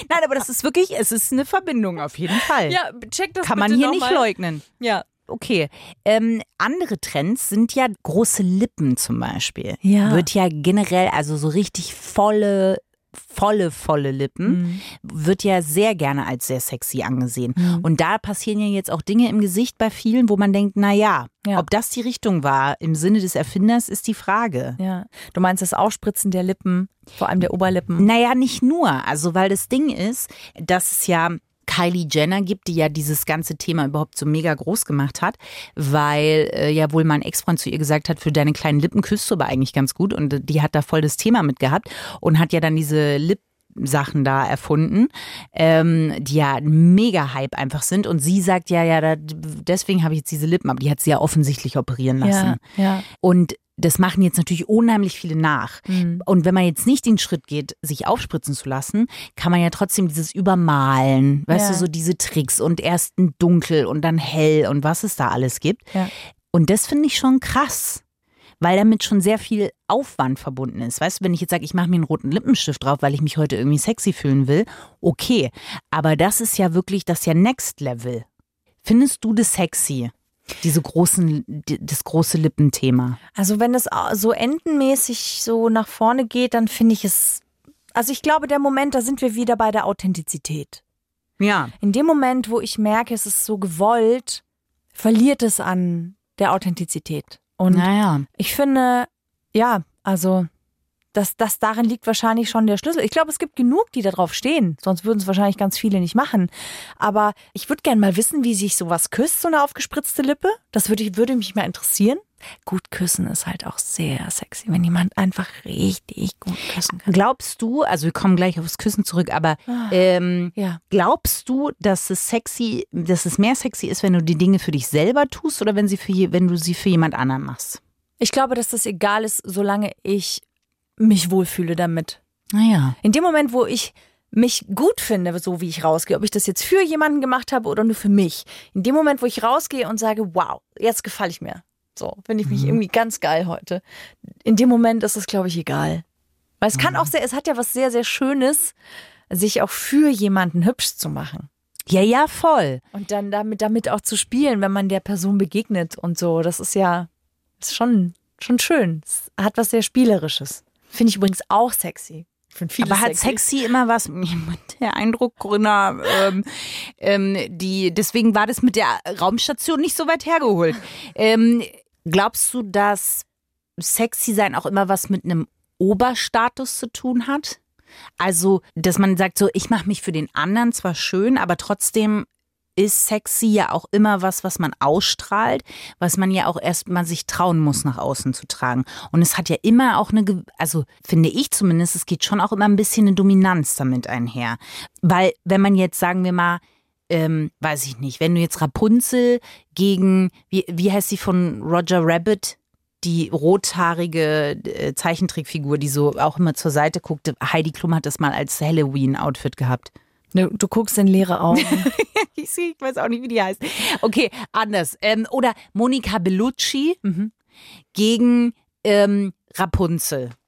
[SPEAKER 3] nein, aber das ist wirklich, es ist eine Verbindung auf jeden Fall.
[SPEAKER 1] check das
[SPEAKER 3] Kann man hier nicht leugnen.
[SPEAKER 1] Ja,
[SPEAKER 3] Okay, ähm, andere Trends sind ja große Lippen zum Beispiel.
[SPEAKER 1] Ja.
[SPEAKER 3] Wird ja generell, also so richtig volle, volle, volle
[SPEAKER 1] Mhm.
[SPEAKER 3] Lippen, wird ja sehr gerne als sehr sexy angesehen. Und da passieren ja jetzt auch Dinge im Gesicht bei vielen, wo man denkt, na ja,
[SPEAKER 1] Ja.
[SPEAKER 3] ob das die Richtung war im Sinne des Erfinders, ist die Frage.
[SPEAKER 1] Ja. Du meinst das Aufspritzen der Lippen, vor allem der Oberlippen.
[SPEAKER 3] Naja, nicht nur. Also, weil das Ding ist, dass es ja Kylie Jenner gibt, die ja dieses ganze Thema überhaupt so mega groß gemacht hat, weil äh, ja wohl mein Ex-Freund zu ihr gesagt hat, für deine kleinen Lippen küsst du aber eigentlich ganz gut und äh, die hat da voll das Thema mit gehabt und hat ja dann diese Lip Sachen da erfunden, ähm, die ja ein mega Hype einfach sind. Und sie sagt ja, ja, da, deswegen habe ich jetzt diese Lippen, aber die hat sie ja offensichtlich operieren lassen.
[SPEAKER 1] ja.
[SPEAKER 3] Und das machen jetzt natürlich unheimlich viele nach.
[SPEAKER 1] Mhm.
[SPEAKER 3] Und wenn man jetzt nicht den Schritt geht, sich aufspritzen zu lassen, kann man ja trotzdem dieses Übermalen, weißt
[SPEAKER 1] Ja.
[SPEAKER 3] du, so diese Tricks und erst ein dunkel und dann hell und was es da alles gibt.
[SPEAKER 1] Ja.
[SPEAKER 3] Und das finde ich schon krass, weil damit schon sehr viel Aufwand verbunden ist. Weißt du, wenn ich jetzt sage, ich mache mir einen roten Lippenstift drauf, weil ich mich heute irgendwie sexy fühlen will, okay. Aber das ist ja wirklich das ist ja Next Level. Findest du das sexy? Diese großen, die- das große Lippenthema.
[SPEAKER 1] Also wenn es au- so entenmäßig so nach vorne geht, dann finde ich es Also ich glaube, der Moment, da sind wir wieder bei der Authentizität.
[SPEAKER 3] Ja.
[SPEAKER 1] In dem Moment, wo ich merke, es ist so gewollt, verliert es an der Authentizität. Und
[SPEAKER 3] Naja.
[SPEAKER 1] ich finde, ja, also das, das darin liegt wahrscheinlich schon der Schlüssel. Ich glaube, es gibt genug, die darauf stehen, sonst würden es wahrscheinlich ganz viele nicht machen. Aber ich würde gerne mal wissen, wie sich sowas küsst, so eine aufgespritzte Lippe. Das würde, ich- würde mich mal interessieren. Gut küssen ist halt auch sehr sexy, wenn jemand einfach richtig gut küssen kann. Ah,
[SPEAKER 3] Glaubst du, also wir kommen gleich aufs Küssen zurück, aber ähm,
[SPEAKER 1] Ja.
[SPEAKER 3] glaubst du, dass es sexy, dass es mehr sexy ist, wenn du die Dinge für dich selber tust oder wenn sie für je, wenn du sie für jemand anderen machst?
[SPEAKER 1] Ich glaube, dass das egal ist, solange ich mich wohlfühle damit.
[SPEAKER 3] Naja.
[SPEAKER 1] In dem Moment, wo ich mich gut finde, so wie ich rausgehe, ob ich das jetzt für jemanden gemacht habe oder nur für mich. In dem Moment, wo ich rausgehe und sage, wow, jetzt gefalle ich mir. So, finde ich mich irgendwie ganz geil heute. In dem Moment ist es, glaube ich, egal. Weil es kann auch sehr, es hat ja was sehr, sehr Schönes, sich auch für jemanden hübsch zu machen.
[SPEAKER 3] Ja, ja, voll.
[SPEAKER 1] Und dann damit, damit auch zu spielen, wenn man der Person begegnet und so. Das ist ja, ist schon, schon schön. Es hat was sehr Spielerisches. Finde ich übrigens auch sexy. Finde vieles
[SPEAKER 3] Aber hat sexy immer was? Der Eindruck, Corinna, ähm, ähm, die, deswegen war das mit der Raumstation nicht so weit hergeholt. Ähm, glaubst du, dass sexy sein auch immer was mit einem Oberstatus zu tun hat? Also, dass man sagt, so, ich mache mich für den anderen zwar schön, aber trotzdem ist sexy ja auch immer was, was man ausstrahlt, was man ja auch erst mal sich trauen muss, nach außen zu tragen. Und es hat ja immer auch eine, ge- also finde ich zumindest, es geht schon auch immer ein bisschen eine Dominanz damit einher. Weil, wenn man jetzt, sagen wir mal, ähm, weiß ich nicht, wenn du jetzt Rapunzel gegen, wie, wie heißt sie von Roger Rabbit? Die rothaarige äh, Zeichentrickfigur, die so auch immer zur Seite guckte. Heidi Klum hat das mal als Halloween-Outfit gehabt.
[SPEAKER 1] Du, Ne, du guckst in leere Augen.
[SPEAKER 3] Ich, seh- ich weiß auch nicht, wie die heißt. Okay, anders. Ähm, oder Monica Bellucci gegen ähm, Rapunzel.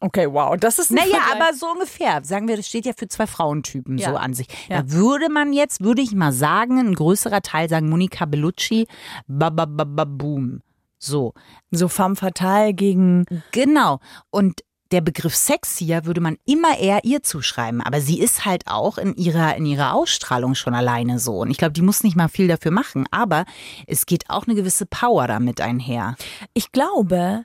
[SPEAKER 1] Okay, wow, das ist ein
[SPEAKER 3] Naja,
[SPEAKER 1] Vergleich.
[SPEAKER 3] aber so ungefähr. Sagen wir, das steht ja für zwei Frauentypen
[SPEAKER 1] Ja.
[SPEAKER 3] so an sich.
[SPEAKER 1] Ja.
[SPEAKER 3] Da würde man jetzt, würde ich mal sagen, ein größerer Teil sagen, Monica Bellucci, ba, ba, ba, ba, boom. So,
[SPEAKER 1] so femme fatale gegen
[SPEAKER 3] genau. Und der Begriff sexier würde man immer eher ihr zuschreiben. Aber sie ist halt auch in ihrer, in ihrer Ausstrahlung schon alleine so. Und ich glaube, die muss nicht mal viel dafür machen. Aber es geht auch eine gewisse Power damit einher.
[SPEAKER 1] ich glaube,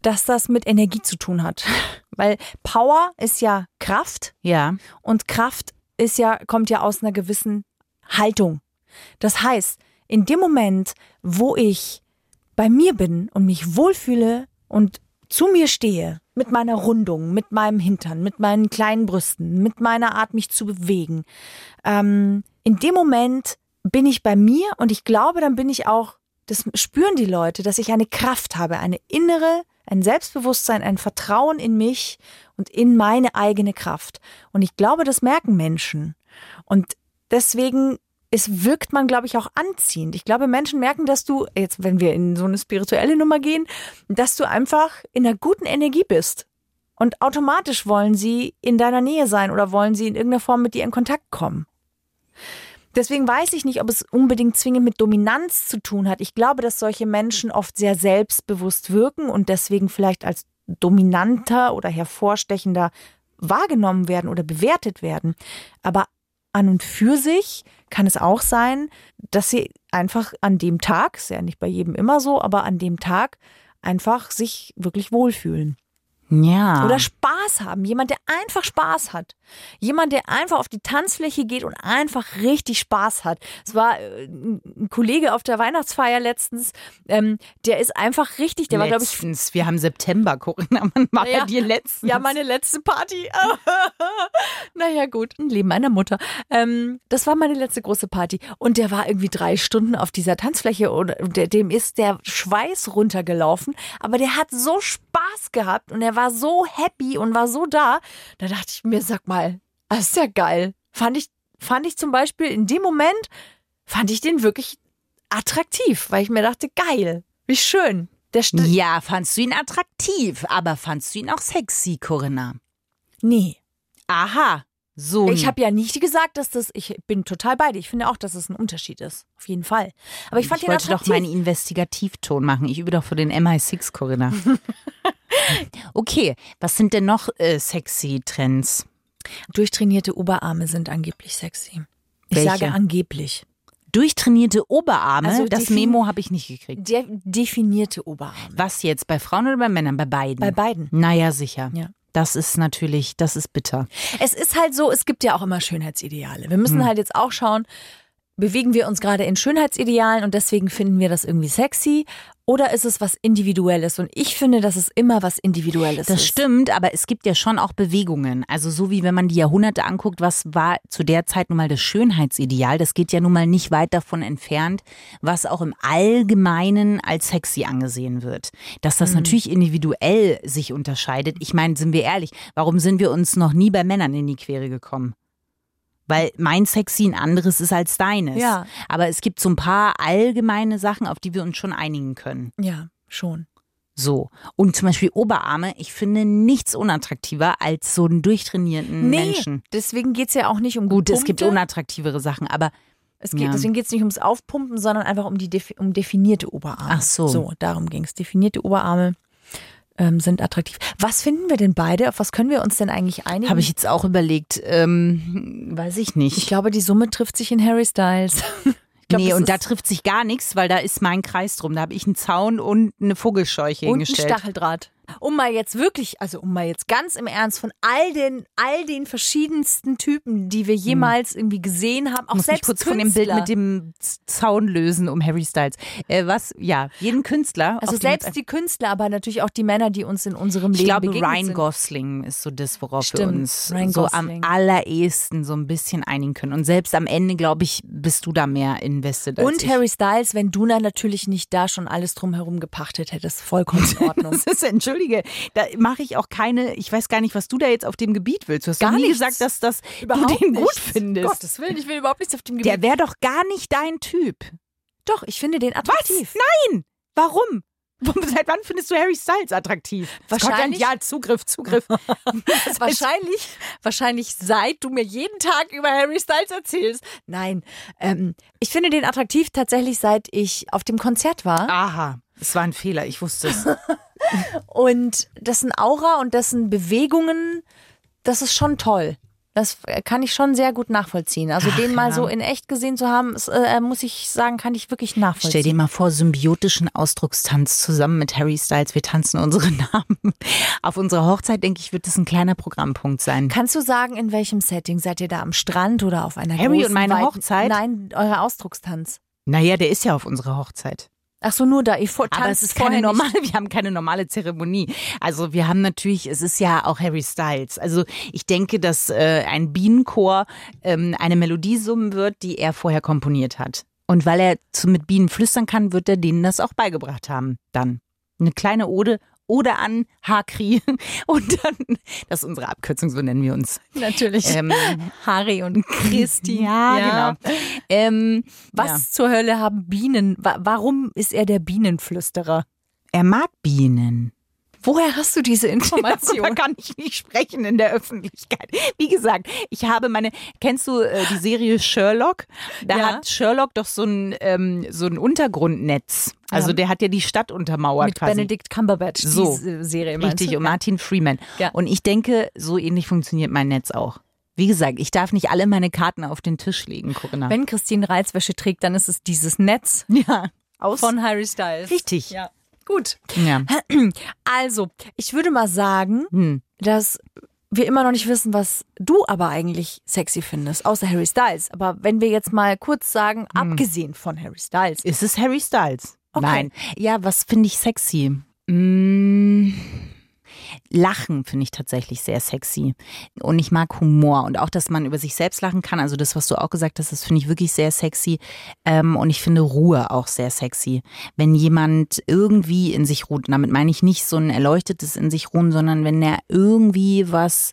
[SPEAKER 1] dass das mit Energie zu tun hat, weil Power ist ja Kraft
[SPEAKER 3] Ja.
[SPEAKER 1] und Kraft ist ja kommt ja aus einer gewissen Haltung. Das heißt, in dem Moment, wo ich bei mir bin und mich wohlfühle und zu mir stehe, mit meiner Rundung, mit meinem Hintern, mit meinen kleinen Brüsten, mit meiner Art, mich zu bewegen, ähm, in dem Moment bin ich bei mir und ich glaube, dann bin ich auch, das spüren die Leute, dass ich eine Kraft habe, eine innere, ein Selbstbewusstsein, ein Vertrauen in mich und in meine eigene Kraft. Und ich glaube, das merken Menschen. Und deswegen es wirkt man, glaube ich, auch anziehend. Ich glaube, Menschen merken, dass du, jetzt wenn wir in so eine spirituelle Nummer gehen, dass du einfach in einer guten Energie bist. Und automatisch wollen sie in deiner Nähe sein oder wollen sie in irgendeiner Form mit dir in Kontakt kommen. Deswegen weiß ich nicht, ob es unbedingt zwingend mit Dominanz zu tun hat. Ich glaube, dass solche Menschen oft sehr selbstbewusst wirken und deswegen vielleicht als dominanter oder hervorstechender wahrgenommen werden oder bewertet werden. Aber an und für sich kann es auch sein, dass sie einfach an dem Tag, ist ja nicht bei jedem immer so, aber an dem Tag einfach sich wirklich wohlfühlen.
[SPEAKER 3] Ja.
[SPEAKER 1] Oder Spaß haben. Jemand, der einfach Spaß hat. Jemand, der einfach auf die Tanzfläche geht und einfach richtig Spaß hat. Es war äh, ein Kollege auf der Weihnachtsfeier letztens, ähm, der ist einfach richtig, der war, glaube ich,
[SPEAKER 3] letztens. Wir haben September, Corinna. Man war
[SPEAKER 1] Naja.
[SPEAKER 3] ja dir letztens.
[SPEAKER 1] ja, meine letzte Party. naja, gut, ein Leben meiner Mutter. Ähm, das war meine letzte große Party. Und der war irgendwie drei Stunden auf dieser Tanzfläche und der, dem ist der Schweiß runtergelaufen. Aber der hat so Spaß gehabt und er war so happy und war so da. Da dachte ich mir, sag mal, das ist ja geil. Fand ich, fand ich zum Beispiel in dem Moment, fand ich den wirklich attraktiv, weil ich mir dachte, geil, wie schön. Der st-
[SPEAKER 3] Ja, fandst du ihn attraktiv, aber fandst du ihn auch sexy, Corinna?
[SPEAKER 1] Nee.
[SPEAKER 3] Aha, so.
[SPEAKER 1] Ich habe ja nicht gesagt, dass das. Ich bin total bei dir. Ich finde auch, dass es ein Unterschied ist. Auf jeden Fall. Aber ich fand
[SPEAKER 3] ich
[SPEAKER 1] den
[SPEAKER 3] wollte doch
[SPEAKER 1] attraktiv.
[SPEAKER 3] meinen Investigativton machen. Ich übe doch für den MI6, Corinna. okay, was sind denn noch äh, sexy Trends?
[SPEAKER 1] Durchtrainierte Oberarme sind angeblich sexy. Ich
[SPEAKER 3] Welche?
[SPEAKER 1] sage angeblich.
[SPEAKER 3] Durchtrainierte Oberarme,
[SPEAKER 1] Also
[SPEAKER 3] das
[SPEAKER 1] defin-
[SPEAKER 3] Memo habe ich nicht gekriegt.
[SPEAKER 1] De definierte Oberarme.
[SPEAKER 3] Was jetzt, bei Frauen oder bei Männern? Bei beiden.
[SPEAKER 1] Bei beiden.
[SPEAKER 3] naja, sicher.
[SPEAKER 1] Ja.
[SPEAKER 3] Das ist natürlich, das ist bitter.
[SPEAKER 1] Es ist halt so, es gibt ja auch immer Schönheitsideale. Wir müssen halt jetzt auch schauen, bewegen wir uns gerade in Schönheitsidealen und deswegen finden wir das irgendwie sexy oder ist es was Individuelles? Und ich finde, dass es immer was Individuelles
[SPEAKER 3] Das
[SPEAKER 1] ist.
[SPEAKER 3] stimmt, aber es gibt ja schon auch Bewegungen. Also so wie wenn man die Jahrhunderte anguckt, was war zu der Zeit nun mal das Schönheitsideal? Das geht ja nun mal nicht weit davon entfernt, was auch im Allgemeinen als sexy angesehen wird. Dass
[SPEAKER 1] Mhm.
[SPEAKER 3] das natürlich individuell sich unterscheidet. Ich meine, sind wir ehrlich, warum sind wir uns noch nie bei Männern in die Quere gekommen? Weil mein Sexy ein anderes ist als deines.
[SPEAKER 1] Ja.
[SPEAKER 3] Aber es gibt so ein paar allgemeine Sachen, auf die wir uns schon einigen können.
[SPEAKER 1] Ja, schon.
[SPEAKER 3] So. Und zum Beispiel Oberarme, ich finde nichts unattraktiver als so einen durchtrainierten
[SPEAKER 1] Nee,
[SPEAKER 3] Menschen.
[SPEAKER 1] deswegen geht es ja auch nicht um
[SPEAKER 3] Gut, es
[SPEAKER 1] gepumpte.
[SPEAKER 3] gibt unattraktivere Sachen, aber
[SPEAKER 1] Es geht,
[SPEAKER 3] Ja.
[SPEAKER 1] Deswegen geht es nicht ums Aufpumpen, sondern einfach um die defi um definierte Oberarme.
[SPEAKER 3] Ach so.
[SPEAKER 1] So, darum ging es. Definierte Oberarme ähm, sind attraktiv. Was finden wir denn beide? Auf was können wir uns denn eigentlich einigen?
[SPEAKER 3] habe ich jetzt auch überlegt, ähm, weiß ich nicht.
[SPEAKER 1] ich glaube, die Summe trifft sich in Harry Styles. ich glaub,
[SPEAKER 3] nee,
[SPEAKER 1] das
[SPEAKER 3] und da
[SPEAKER 1] ist-
[SPEAKER 3] trifft sich gar nichts, weil da ist mein Kreis drum. Da habe ich einen Zaun und eine Vogelscheuche
[SPEAKER 1] und ein
[SPEAKER 3] hingestellt.
[SPEAKER 1] Stacheldraht. Um mal jetzt wirklich, also um mal jetzt ganz im Ernst von all den, all den verschiedensten Typen, die wir jemals irgendwie gesehen haben, auch
[SPEAKER 3] Hm. muss mich
[SPEAKER 1] selbst
[SPEAKER 3] kurz
[SPEAKER 1] Künstler.
[SPEAKER 3] von dem Bild mit dem Z- Zaun lösen um Harry Styles. Äh, was? Ja, jeden Künstler.
[SPEAKER 1] also
[SPEAKER 3] auf den-
[SPEAKER 1] selbst die Künstler, aber natürlich auch die Männer, die uns in unserem
[SPEAKER 3] Ich
[SPEAKER 1] Leben
[SPEAKER 3] glaube,
[SPEAKER 1] begegnet
[SPEAKER 3] Ryan
[SPEAKER 1] sind.
[SPEAKER 3] Gosling ist so das, worauf wir
[SPEAKER 1] Stimmt,
[SPEAKER 3] uns
[SPEAKER 1] Ryan
[SPEAKER 3] so
[SPEAKER 1] Gosling.
[SPEAKER 3] am allerersten so ein bisschen einigen können. Und selbst am Ende, glaube ich, bist du da mehr invested als
[SPEAKER 1] Und
[SPEAKER 3] ich.
[SPEAKER 1] Harry Styles, wenn du dann natürlich nicht da schon alles drumherum gepachtet hättest, vollkommen in Ordnung.
[SPEAKER 3] Das ist, entschuldige, da mache ich auch keine, ich weiß gar nicht, was du da jetzt auf dem Gebiet willst. Du hast
[SPEAKER 1] Gar
[SPEAKER 3] gar nie
[SPEAKER 1] nichts.
[SPEAKER 3] gesagt, dass das du
[SPEAKER 1] Überhaupt
[SPEAKER 3] den gut
[SPEAKER 1] nichts.
[SPEAKER 3] findest.
[SPEAKER 1] Gottes Willen, ich will überhaupt nichts auf dem Gebiet.
[SPEAKER 3] Der wäre doch gar nicht dein Typ.
[SPEAKER 1] Doch, ich finde den attraktiv.
[SPEAKER 3] Nein! Warum? Seit wann findest du Harry Styles attraktiv?
[SPEAKER 1] Wahrscheinlich-
[SPEAKER 3] Scotland Yard, Zugriff, Zugriff.
[SPEAKER 1] Das wahrscheinlich, wahrscheinlich seit du mir jeden Tag über Harry Styles erzählst. Nein, ähm, ich finde den attraktiv tatsächlich, seit ich auf dem Konzert war.
[SPEAKER 3] Aha, es war ein Fehler, ich wusste es.
[SPEAKER 1] Und dessen Aura und dessen Bewegungen, das ist schon toll. Das kann ich schon sehr gut nachvollziehen. Also den mal
[SPEAKER 3] ja.
[SPEAKER 1] so in echt gesehen zu haben, ist, äh, muss ich sagen, kann ich wirklich nachvollziehen.
[SPEAKER 3] Stell dir mal vor, symbiotischen Ausdruckstanz zusammen mit Harry Styles. Wir tanzen unsere Namen. Auf unserer Hochzeit, denke ich, wird das ein kleiner Programmpunkt sein.
[SPEAKER 1] Kannst du sagen, in welchem Setting? Seid ihr da am Strand oder auf einer
[SPEAKER 3] Harry und
[SPEAKER 1] großen,
[SPEAKER 3] meine
[SPEAKER 1] weiten-
[SPEAKER 3] Hochzeit?
[SPEAKER 1] Nein, euer Ausdruckstanz.
[SPEAKER 3] Naja, der ist ja auf unserer Hochzeit.
[SPEAKER 1] Ach so, nur da. Ihr vor-
[SPEAKER 3] Aber
[SPEAKER 1] tanzt
[SPEAKER 3] es ist
[SPEAKER 1] vorher
[SPEAKER 3] keine
[SPEAKER 1] nicht.
[SPEAKER 3] normale, wir haben keine normale Zeremonie. Also wir haben natürlich, es ist ja auch Harry Styles. Also ich denke, dass äh, ein Bienenchor ähm, eine Melodie summen wird, die er vorher komponiert hat. Und weil er zu, mit Bienen flüstern kann, wird er denen das auch beigebracht haben. Dann eine kleine Ode. Ode an Hakri und dann, das ist unsere Abkürzung, so nennen wir uns.
[SPEAKER 1] Natürlich.
[SPEAKER 3] Ähm,
[SPEAKER 1] Harry und Christi.
[SPEAKER 3] ja, genau. Ähm,
[SPEAKER 1] Was
[SPEAKER 3] ja.
[SPEAKER 1] zur Hölle haben Bienen? Wa warum ist er der Bienenflüsterer?
[SPEAKER 3] Er mag Bienen.
[SPEAKER 1] Woher hast du diese
[SPEAKER 3] Darüber
[SPEAKER 1] Information?
[SPEAKER 3] kann ich nicht sprechen in der Öffentlichkeit. Wie gesagt, ich habe meine. Kennst du äh, die Serie Sherlock? Da
[SPEAKER 1] Ja.
[SPEAKER 3] hat Sherlock doch so ein, ähm, so ein Untergrundnetz. Also
[SPEAKER 1] Ja.
[SPEAKER 3] der hat ja die Stadt untermauert
[SPEAKER 1] Mit
[SPEAKER 3] quasi.
[SPEAKER 1] Benedict Cumberbatch.
[SPEAKER 3] So.
[SPEAKER 1] Diese Serie meinst
[SPEAKER 3] Richtig, um-
[SPEAKER 1] du?
[SPEAKER 3] und Martin Freeman.
[SPEAKER 1] Ja.
[SPEAKER 3] Und ich denke, so ähnlich funktioniert mein Netz auch. Wie gesagt, ich darf nicht alle meine Karten auf den Tisch legen, Corinna.
[SPEAKER 1] Wenn Christine Reizwäsche trägt, dann ist es dieses Netz
[SPEAKER 3] ja, aus.
[SPEAKER 1] von Harry Styles.
[SPEAKER 3] richtig.
[SPEAKER 1] Ja. Gut.
[SPEAKER 3] Ja.
[SPEAKER 1] Also, ich würde mal sagen,
[SPEAKER 3] Hm.
[SPEAKER 1] dass wir immer noch nicht wissen, was du aber eigentlich sexy findest, außer Harry Styles. Aber wenn wir jetzt mal kurz sagen,
[SPEAKER 3] Hm.
[SPEAKER 1] abgesehen von Harry Styles,
[SPEAKER 3] Ist es Harry Styles?
[SPEAKER 1] Okay.
[SPEAKER 3] Nein. Ja, was finde ich sexy? Mm, Lachen finde ich tatsächlich sehr sexy. Und ich mag Humor und auch, dass man über sich selbst lachen kann. Also das, was du auch gesagt hast, das finde ich wirklich sehr sexy. Ähm, und ich finde Ruhe auch sehr sexy. Wenn jemand irgendwie in sich ruht, und damit meine ich nicht so ein erleuchtetes in sich ruhen, sondern wenn er irgendwie was,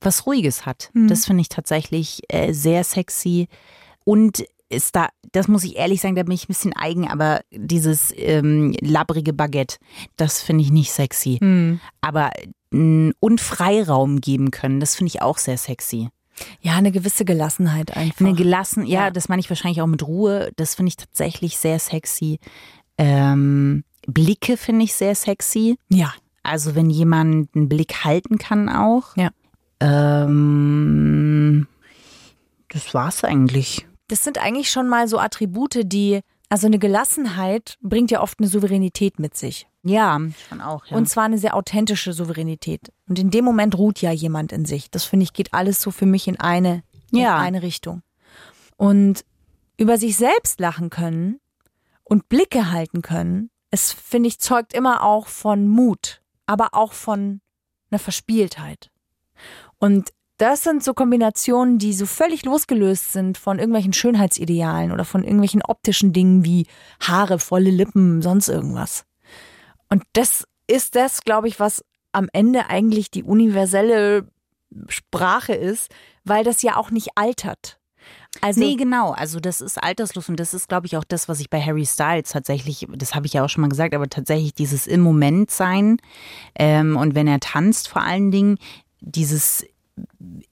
[SPEAKER 3] was Ruhiges hat. Das finde ich tatsächlich äh, sehr sexy. Und ist da, das muss ich ehrlich sagen, da bin ich ein bisschen eigen, aber dieses ähm, labbrige Baguette, das finde ich nicht sexy.
[SPEAKER 1] Mhm.
[SPEAKER 3] Aber mh, und Freiraum geben können, das finde ich auch sehr sexy.
[SPEAKER 1] ja, eine gewisse Gelassenheit einfach.
[SPEAKER 3] Eine gelassen, ja,
[SPEAKER 1] Ja.
[SPEAKER 3] das meine ich wahrscheinlich auch mit Ruhe, das finde ich tatsächlich sehr sexy. Ähm, Blicke finde ich sehr sexy.
[SPEAKER 1] ja.
[SPEAKER 3] Also wenn jemand einen Blick halten kann auch.
[SPEAKER 1] Ja.
[SPEAKER 3] Ähm, das war's eigentlich.
[SPEAKER 1] Das sind eigentlich schon mal so Attribute, die, also eine Gelassenheit bringt ja oft eine Souveränität mit sich.
[SPEAKER 3] Ja, schon auch. Ja.
[SPEAKER 1] Und zwar eine sehr authentische Souveränität. Und in dem Moment ruht ja jemand in sich. Das finde ich geht alles so für mich in eine,
[SPEAKER 3] Ja.
[SPEAKER 1] in eine Richtung. Und über sich selbst lachen können und Blicke halten können, es finde ich zeugt immer auch von Mut, aber auch von einer Verspieltheit. Und das sind so Kombinationen, die so völlig losgelöst sind von irgendwelchen Schönheitsidealen oder von irgendwelchen optischen Dingen wie Haare, volle Lippen, sonst irgendwas. Und das ist das, glaube ich, was am Ende eigentlich die universelle Sprache ist, weil das ja auch nicht altert. Also
[SPEAKER 3] nee, genau. Also das ist alterslos und das ist, glaube ich, auch das, was ich bei Harry Styles tatsächlich, das habe ich ja auch schon mal gesagt, aber tatsächlich dieses im Moment sein ähm, und wenn er tanzt vor allen Dingen, dieses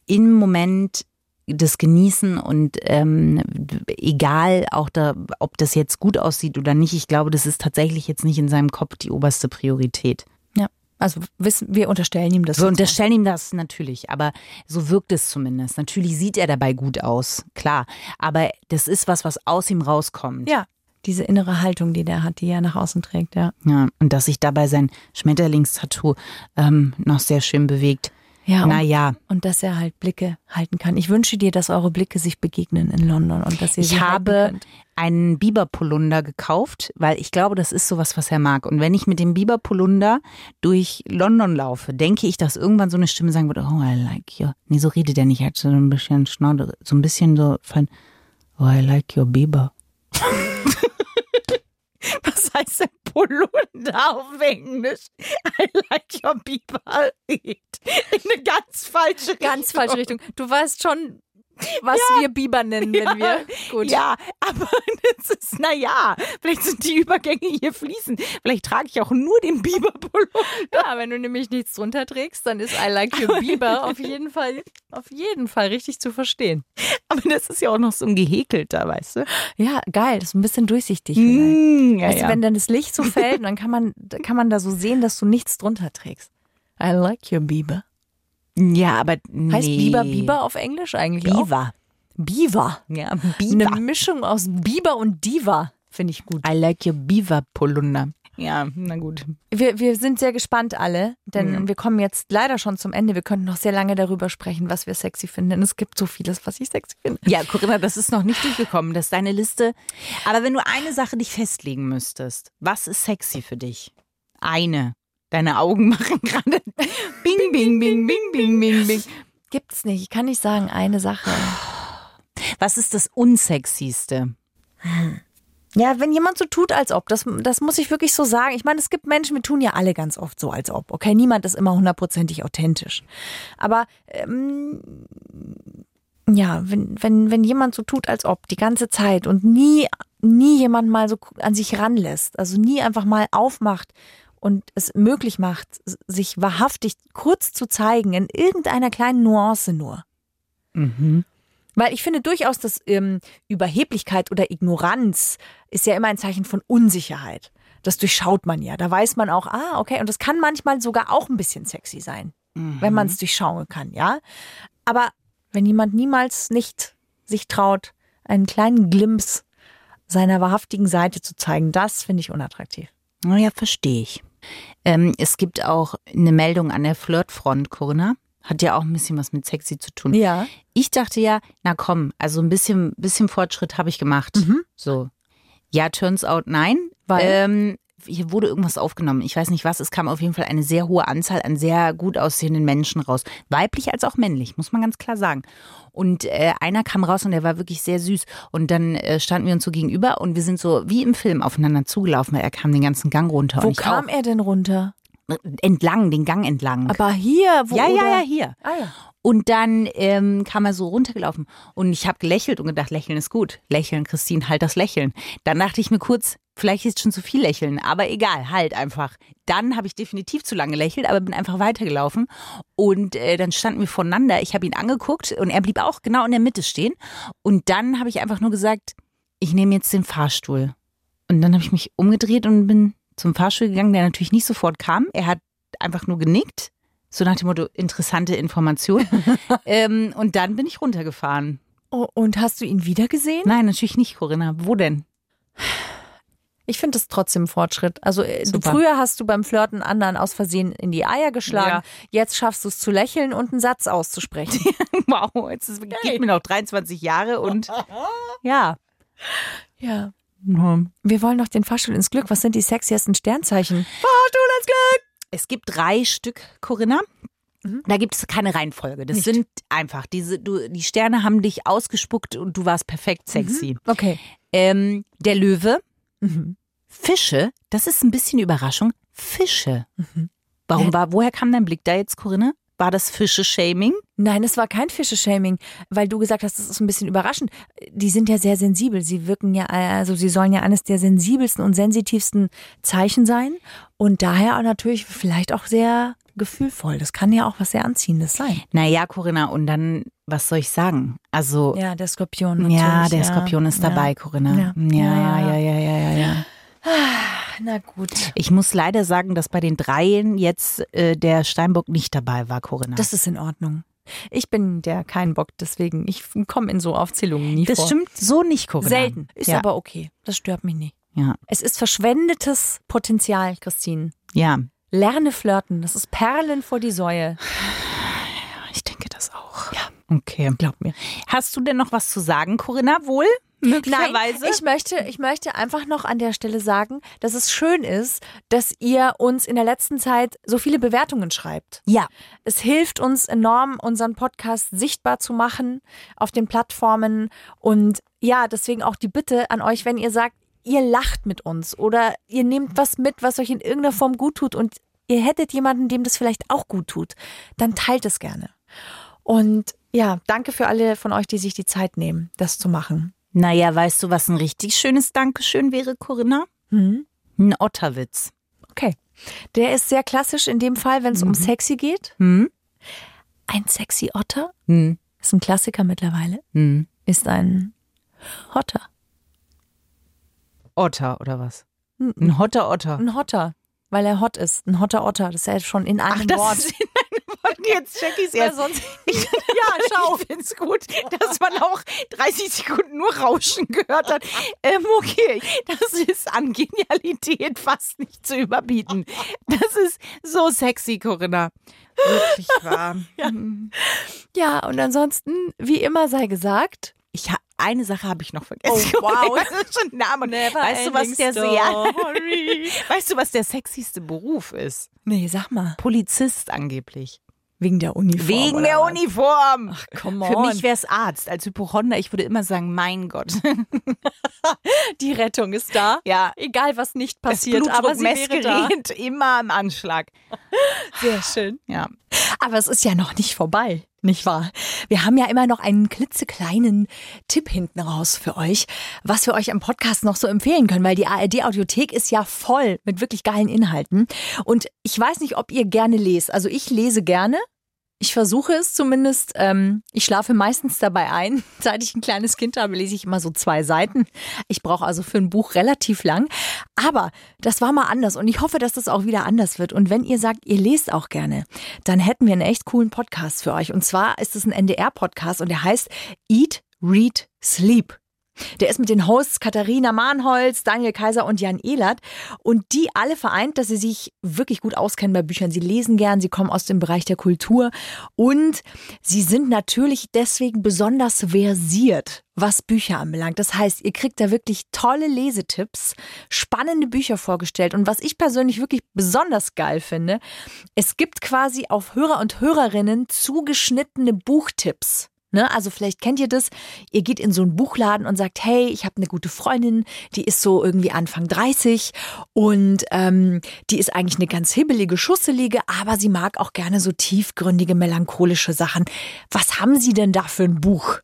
[SPEAKER 3] im Moment das Genießen und ähm, egal auch da, ob das jetzt gut aussieht oder nicht, ich glaube, das ist tatsächlich jetzt nicht in seinem Kopf die oberste Priorität.
[SPEAKER 1] ja, also wissen wir unterstellen ihm das.
[SPEAKER 3] Wir
[SPEAKER 1] jetzt
[SPEAKER 3] unterstellen ihm das natürlich, aber so wirkt es zumindest. Natürlich sieht er dabei gut aus, klar. Aber das ist was, was aus ihm rauskommt.
[SPEAKER 1] mal. ja, diese innere Haltung, die der hat, die er nach außen trägt, ja.
[SPEAKER 3] Ja, und dass sich dabei sein Schmetterlingstattoo ähm, noch sehr schön bewegt.
[SPEAKER 1] Ja, und,
[SPEAKER 3] Naja,
[SPEAKER 1] und dass er halt Blicke halten kann. Ich wünsche dir, dass eure Blicke sich begegnen in London und dass ihr sie
[SPEAKER 3] ich
[SPEAKER 1] halten
[SPEAKER 3] habe
[SPEAKER 1] könnt.
[SPEAKER 3] einen Biberpolunder gekauft, weil ich glaube, das ist sowas, was er mag. Und wenn ich mit dem Biberpolunder durch London laufe, denke ich, dass irgendwann so eine Stimme sagen wird, oh, I like you. Nee, so redet er nicht, er hat so ein bisschen Schnaudere, so ein bisschen so von, oh, I like your Biber. Was heißt denn Polunder auf Englisch? I like your Biber. In eine ganz falsche Richtung.
[SPEAKER 1] ganz falsche Richtung. Du weißt schon, was wir Biber nennen, wenn
[SPEAKER 3] Ja.
[SPEAKER 1] wir gut.
[SPEAKER 3] Ja, aber das ist, naja, vielleicht sind die Übergänge hier fließend. Vielleicht trage ich auch nur den Biberpullover.
[SPEAKER 1] Ja, wenn du nämlich nichts drunter trägst, dann ist I like your Bieber auf jeden Fall, auf jeden Fall richtig zu verstehen.
[SPEAKER 3] Aber das ist ja auch noch so ein gehäkelter, weißt du?
[SPEAKER 1] Ja, geil, das ist ein bisschen durchsichtig vielleicht.
[SPEAKER 3] Mm, ja,
[SPEAKER 1] weißt
[SPEAKER 3] ja.
[SPEAKER 1] du, wenn dann das Licht so fällt, dann kann man, da kann man da so sehen, dass du nichts drunter trägst. I like your Bieber.
[SPEAKER 3] Hm, ja, aber nee.
[SPEAKER 1] Heißt Bieber Bieber auf Englisch eigentlich auch?
[SPEAKER 3] Biber.
[SPEAKER 1] Biber.
[SPEAKER 3] Ja,
[SPEAKER 1] Eine
[SPEAKER 3] Biber.
[SPEAKER 1] Mischung aus Biber und Diva, finde ich gut.
[SPEAKER 3] I like your Biberpolunder. Ja, na gut.
[SPEAKER 1] Wir, wir sind sehr gespannt alle, denn wir kommen jetzt leider schon zum Ende. Wir könnten noch sehr lange darüber sprechen, was wir sexy finden. Denn es gibt so vieles, was ich sexy finde.
[SPEAKER 3] Ja, Corinna, das ist noch nicht durchgekommen. Das ist deine Liste. Aber wenn du eine Sache dich festlegen müsstest, was ist sexy für dich? Eine. Deine Augen machen gerade bing, bing, bing, bing, bing, bing, bing.
[SPEAKER 1] Gibt's nicht. Ich kann nicht sagen, eine Sache.
[SPEAKER 3] Was ist das Unsexyste?
[SPEAKER 1] Ja, wenn jemand so tut, als ob, das, das muss ich wirklich so sagen. Ich meine, es gibt Menschen, wir tun ja alle ganz oft so, als ob. Okay, niemand ist immer hundertprozentig authentisch. Aber ähm, ja, wenn, wenn, wenn jemand so tut, als ob, die ganze Zeit und nie, nie jemand mal so an sich ranlässt, also nie einfach mal aufmacht und es möglich macht, sich wahrhaftig kurz zu zeigen, in irgendeiner kleinen Nuance nur. Weil ich finde durchaus, dass ähm, Überheblichkeit oder Ignoranz ist ja immer ein Zeichen von Unsicherheit. Das durchschaut man ja. Da weiß man auch, ah, okay, und das kann manchmal sogar auch ein bisschen sexy sein, wenn man es durchschauen kann, ja. Aber wenn jemand niemals nicht sich traut, einen kleinen Glimps seiner wahrhaftigen Seite zu zeigen, das finde ich unattraktiv.
[SPEAKER 3] Naja, verstehe ich. Ähm, es gibt auch eine Meldung an der Flirtfront, Corinna. Hat ja auch ein bisschen was mit sexy zu tun.
[SPEAKER 1] Ja.
[SPEAKER 3] Ich dachte ja, na komm, also ein bisschen, bisschen Fortschritt habe ich gemacht. So. Ja, turns out nein.
[SPEAKER 1] Mhm. Weil?
[SPEAKER 3] Ähm, hier wurde irgendwas aufgenommen. Ich weiß nicht was. Es kam auf jeden Fall eine sehr hohe Anzahl an sehr gut aussehenden Menschen raus. Weiblich als auch männlich, muss man ganz klar sagen. Und äh, einer kam raus und der war wirklich sehr süß. Und dann äh, standen wir uns so gegenüber und wir sind so wie im Film aufeinander zugelaufen, weil er kam den ganzen Gang runter.
[SPEAKER 1] Wo
[SPEAKER 3] und ich
[SPEAKER 1] kam er denn runter?
[SPEAKER 3] auch. Entlang, den Gang entlang.
[SPEAKER 1] Aber hier, wo
[SPEAKER 3] ja,
[SPEAKER 1] oder?
[SPEAKER 3] ja, ja, hier.
[SPEAKER 1] Ah, ja.
[SPEAKER 3] Und dann ähm, kam er so runtergelaufen und ich habe gelächelt und gedacht, Lächeln ist gut. Lächeln, Christine, halt das Lächeln. Dann dachte ich mir kurz, vielleicht ist schon zu viel Lächeln, aber egal, halt einfach. Dann habe ich definitiv zu lange gelächelt, aber bin einfach weitergelaufen und äh, dann standen wir voneinander. Ich habe ihn angeguckt und er blieb auch genau in der Mitte stehen und dann habe ich einfach nur gesagt, ich nehme jetzt den Fahrstuhl. Und dann habe ich mich umgedreht und bin zum Fahrstuhl gegangen, der natürlich nicht sofort kam. Er hat einfach nur genickt So nach dem Motto, interessante Information. ähm, und dann bin ich runtergefahren.
[SPEAKER 1] Oh, und hast du ihn wieder gesehen?
[SPEAKER 3] Nein, natürlich nicht, Corinna. Wo denn?
[SPEAKER 1] Ich finde es trotzdem Fortschritt. Also äh, du,
[SPEAKER 3] Super.
[SPEAKER 1] früher hast du beim Flirten anderen aus Versehen in die Eier geschlagen. Jetzt schaffst du es zu lächeln und einen Satz auszusprechen.
[SPEAKER 3] Wow, jetzt ist, geht mir noch 23 Jahre und ja.
[SPEAKER 1] ja.
[SPEAKER 3] Hm.
[SPEAKER 1] Wir wollen doch den Fahrstuhl ins Glück. Was sind die sexiesten Sternzeichen?
[SPEAKER 3] Es gibt drei Stück, Corinna. Da gibt es keine Reihenfolge. Das sind einfach diese. Du, die Sterne haben dich ausgespuckt und du warst perfekt sexy.
[SPEAKER 1] Okay.
[SPEAKER 3] Ähm, der Löwe,
[SPEAKER 1] Mhm.
[SPEAKER 3] Fische. Das ist ein bisschen Überraschung. Fische. Warum war? Woher kam dein Blick da jetzt, Corinna? War das Fische-Shaming?
[SPEAKER 1] Nein, es war kein Fische-Shaming, weil du gesagt hast, das ist ein bisschen überraschend. Die sind ja sehr sensibel. Sie wirken ja, äh, also sie sollen ja eines der sensibelsten und sensitivsten Zeichen sein und daher auch natürlich vielleicht auch sehr gefühlvoll. Das kann ja auch was sehr Anziehendes sein.
[SPEAKER 3] Naja, Corinna. Und dann, was soll ich sagen? Also
[SPEAKER 1] Ja, der Skorpion.
[SPEAKER 3] ja,
[SPEAKER 1] Natürlich.
[SPEAKER 3] der Skorpion ist
[SPEAKER 1] ja.
[SPEAKER 3] dabei, Corinna.
[SPEAKER 1] Ja. Ja,
[SPEAKER 3] ja,
[SPEAKER 1] ja.
[SPEAKER 3] ja, ja, ja. ja, ja.
[SPEAKER 1] Na gut.
[SPEAKER 3] Ich muss leider sagen, dass bei den Dreien jetzt äh, der Steinbock nicht dabei war, Corinna.
[SPEAKER 1] Das ist in Ordnung. Ich bin der kein Bock, deswegen ich komme in so Aufzählungen nie
[SPEAKER 3] Das
[SPEAKER 1] vor.
[SPEAKER 3] stimmt so nicht, Corinna.
[SPEAKER 1] Selten. Ist
[SPEAKER 3] ja.
[SPEAKER 1] aber okay. Das stört mich nicht.
[SPEAKER 3] Ja.
[SPEAKER 1] Es ist verschwendetes Potenzial, Christine.
[SPEAKER 3] ja,
[SPEAKER 1] Lerne flirten. Das ist Perlen vor die Säue.
[SPEAKER 3] ich denke das auch. Ja. Okay. Glaub mir. Hast du denn noch was zu sagen, Corinna? Wohl? Möglicherweise?
[SPEAKER 1] ich möchte, ich möchte einfach noch an der Stelle sagen, dass es schön ist, dass ihr uns in der letzten Zeit so viele Bewertungen schreibt.
[SPEAKER 3] ja.
[SPEAKER 1] Es hilft uns enorm, unseren Podcast sichtbar zu machen auf den Plattformen. Und ja, deswegen auch die Bitte an euch, wenn ihr sagt, ihr lacht mit uns oder ihr nehmt was mit, was euch in irgendeiner Form gut tut und ihr hättet jemanden, dem das vielleicht auch gut tut, dann teilt es gerne. Und ja, danke für alle von euch, die sich die Zeit nehmen, das zu machen.
[SPEAKER 3] Naja, weißt du, was ein richtig schönes Dankeschön wäre, Corinna?
[SPEAKER 1] Hm?
[SPEAKER 3] Ein Otterwitz.
[SPEAKER 1] Okay. Der ist sehr klassisch in dem Fall, wenn es um sexy geht.
[SPEAKER 3] Hm?
[SPEAKER 1] Ein sexy Otter
[SPEAKER 3] Hm.
[SPEAKER 1] ist ein Klassiker mittlerweile.
[SPEAKER 3] Hm.
[SPEAKER 1] Ist ein Hotter.
[SPEAKER 3] Otter oder was? Hm.
[SPEAKER 1] Ein-
[SPEAKER 3] Ein hotter Otter.
[SPEAKER 1] Ein Hotter, weil er hot ist. Ein hotter Otter, das ist ja schon in einem
[SPEAKER 3] Ach, das
[SPEAKER 1] Wort.
[SPEAKER 3] ist in einem Wort. Jetzt check ich's
[SPEAKER 1] Wer
[SPEAKER 3] erst.
[SPEAKER 1] sonst-
[SPEAKER 3] Ich, ja, schau. Ich find's gut, dass man auch 30 Sekunden nur Rauschen gehört hat. Ähm, okay, das ist an Genialität fast nicht zu überbieten. Das ist so sexy, Corinna. Wirklich wahr. Mhm.
[SPEAKER 1] Ja, und ansonsten, wie immer sei gesagt,
[SPEAKER 3] Ich ha eine Sache habe ich noch vergessen.
[SPEAKER 1] Oh, wow.
[SPEAKER 3] Corinna. Das ist schon ein Name. Weißt du, was der ja, Weißt du, was der sexyste Beruf ist?
[SPEAKER 1] Nee, sag mal.
[SPEAKER 3] Polizist angeblich.
[SPEAKER 1] Wegen der Uniform.
[SPEAKER 3] Wegen
[SPEAKER 1] oder
[SPEAKER 3] der
[SPEAKER 1] was?
[SPEAKER 3] Uniform.
[SPEAKER 1] Come
[SPEAKER 3] Für
[SPEAKER 1] on.
[SPEAKER 3] mich wäre es Arzt. Als Hypochonder, ich würde immer sagen, mein Gott.
[SPEAKER 1] die Rettung ist da.
[SPEAKER 3] Ja.
[SPEAKER 1] Egal, was nicht
[SPEAKER 3] Das
[SPEAKER 1] passiert, aber sie wäre da.
[SPEAKER 3] Blutdruckmessgerät immer im Anschlag.
[SPEAKER 1] Sehr schön.
[SPEAKER 3] Ja.
[SPEAKER 1] Aber es ist ja noch nicht vorbei, nicht wahr? Wir haben ja immer noch einen klitzekleinen Tipp hinten raus für euch, was wir euch am Podcast noch so empfehlen können, weil die ARD-Audiothek ist ja voll mit wirklich geilen Inhalten. Und ich weiß nicht, ob ihr gerne lest. Also ich lese gerne. Ich versuche es zumindest. Ähm, ich schlafe meistens dabei ein. Seit ich ein kleines Kind habe, lese ich immer so zwei Seiten. Ich brauche also für ein Buch relativ lang. Aber das war mal anders und ich hoffe, dass das auch wieder anders wird. Und wenn ihr sagt, ihr lest auch gerne, dann hätten wir einen echt coolen Podcast für euch. Und zwar ist es ein NDR-Podcast und der heißt Eat, Read, Sleep. Der ist mit den Hosts Katharina Mahnholz, Daniel Kaiser und Jan Ehlert. Und die alle vereint, dass sie sich wirklich gut auskennen bei Büchern. Sie lesen gern, sie kommen aus dem Bereich der Kultur und sie sind natürlich deswegen besonders versiert, was Bücher anbelangt. Das heißt, ihr kriegt da wirklich tolle Lesetipps, spannende Bücher vorgestellt. Und was ich persönlich wirklich besonders geil finde, es gibt quasi auf Hörer und Hörerinnen zugeschnittene Buchtipps. Ne, also vielleicht kennt ihr das, ihr geht in so einen Buchladen und sagt, hey, ich habe eine gute Freundin, die ist so irgendwie Anfang 30 und ähm, die ist eigentlich eine ganz hibbelige Schusselige, aber sie mag auch gerne so tiefgründige, melancholische Sachen. Was haben sie denn da für ein Buch?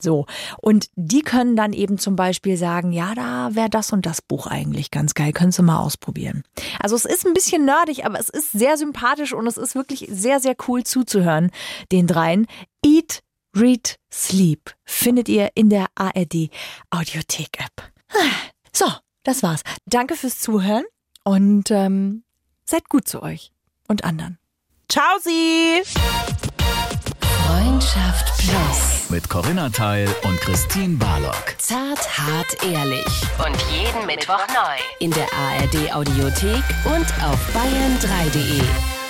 [SPEAKER 1] So. Und die können dann eben zum Beispiel sagen, ja, da wäre das und das Buch eigentlich ganz geil, könntest du mal ausprobieren. Also es ist ein bisschen nerdig, aber es ist sehr sympathisch und es ist wirklich sehr, sehr cool zuzuhören, den dreien. Eat, Read, Sleep findet ihr in der ARD Audiothek App. So, das war's. Danke fürs Zuhören und ähm, seid gut zu euch und anderen.
[SPEAKER 3] Ciao, Sie!
[SPEAKER 4] Freundschaft Plus.
[SPEAKER 5] Mit Corinna Teil und Christine Barlock.
[SPEAKER 4] Zart, hart, ehrlich. Und jeden Mittwoch neu. In der ARD Audiothek und auf bayern3.de.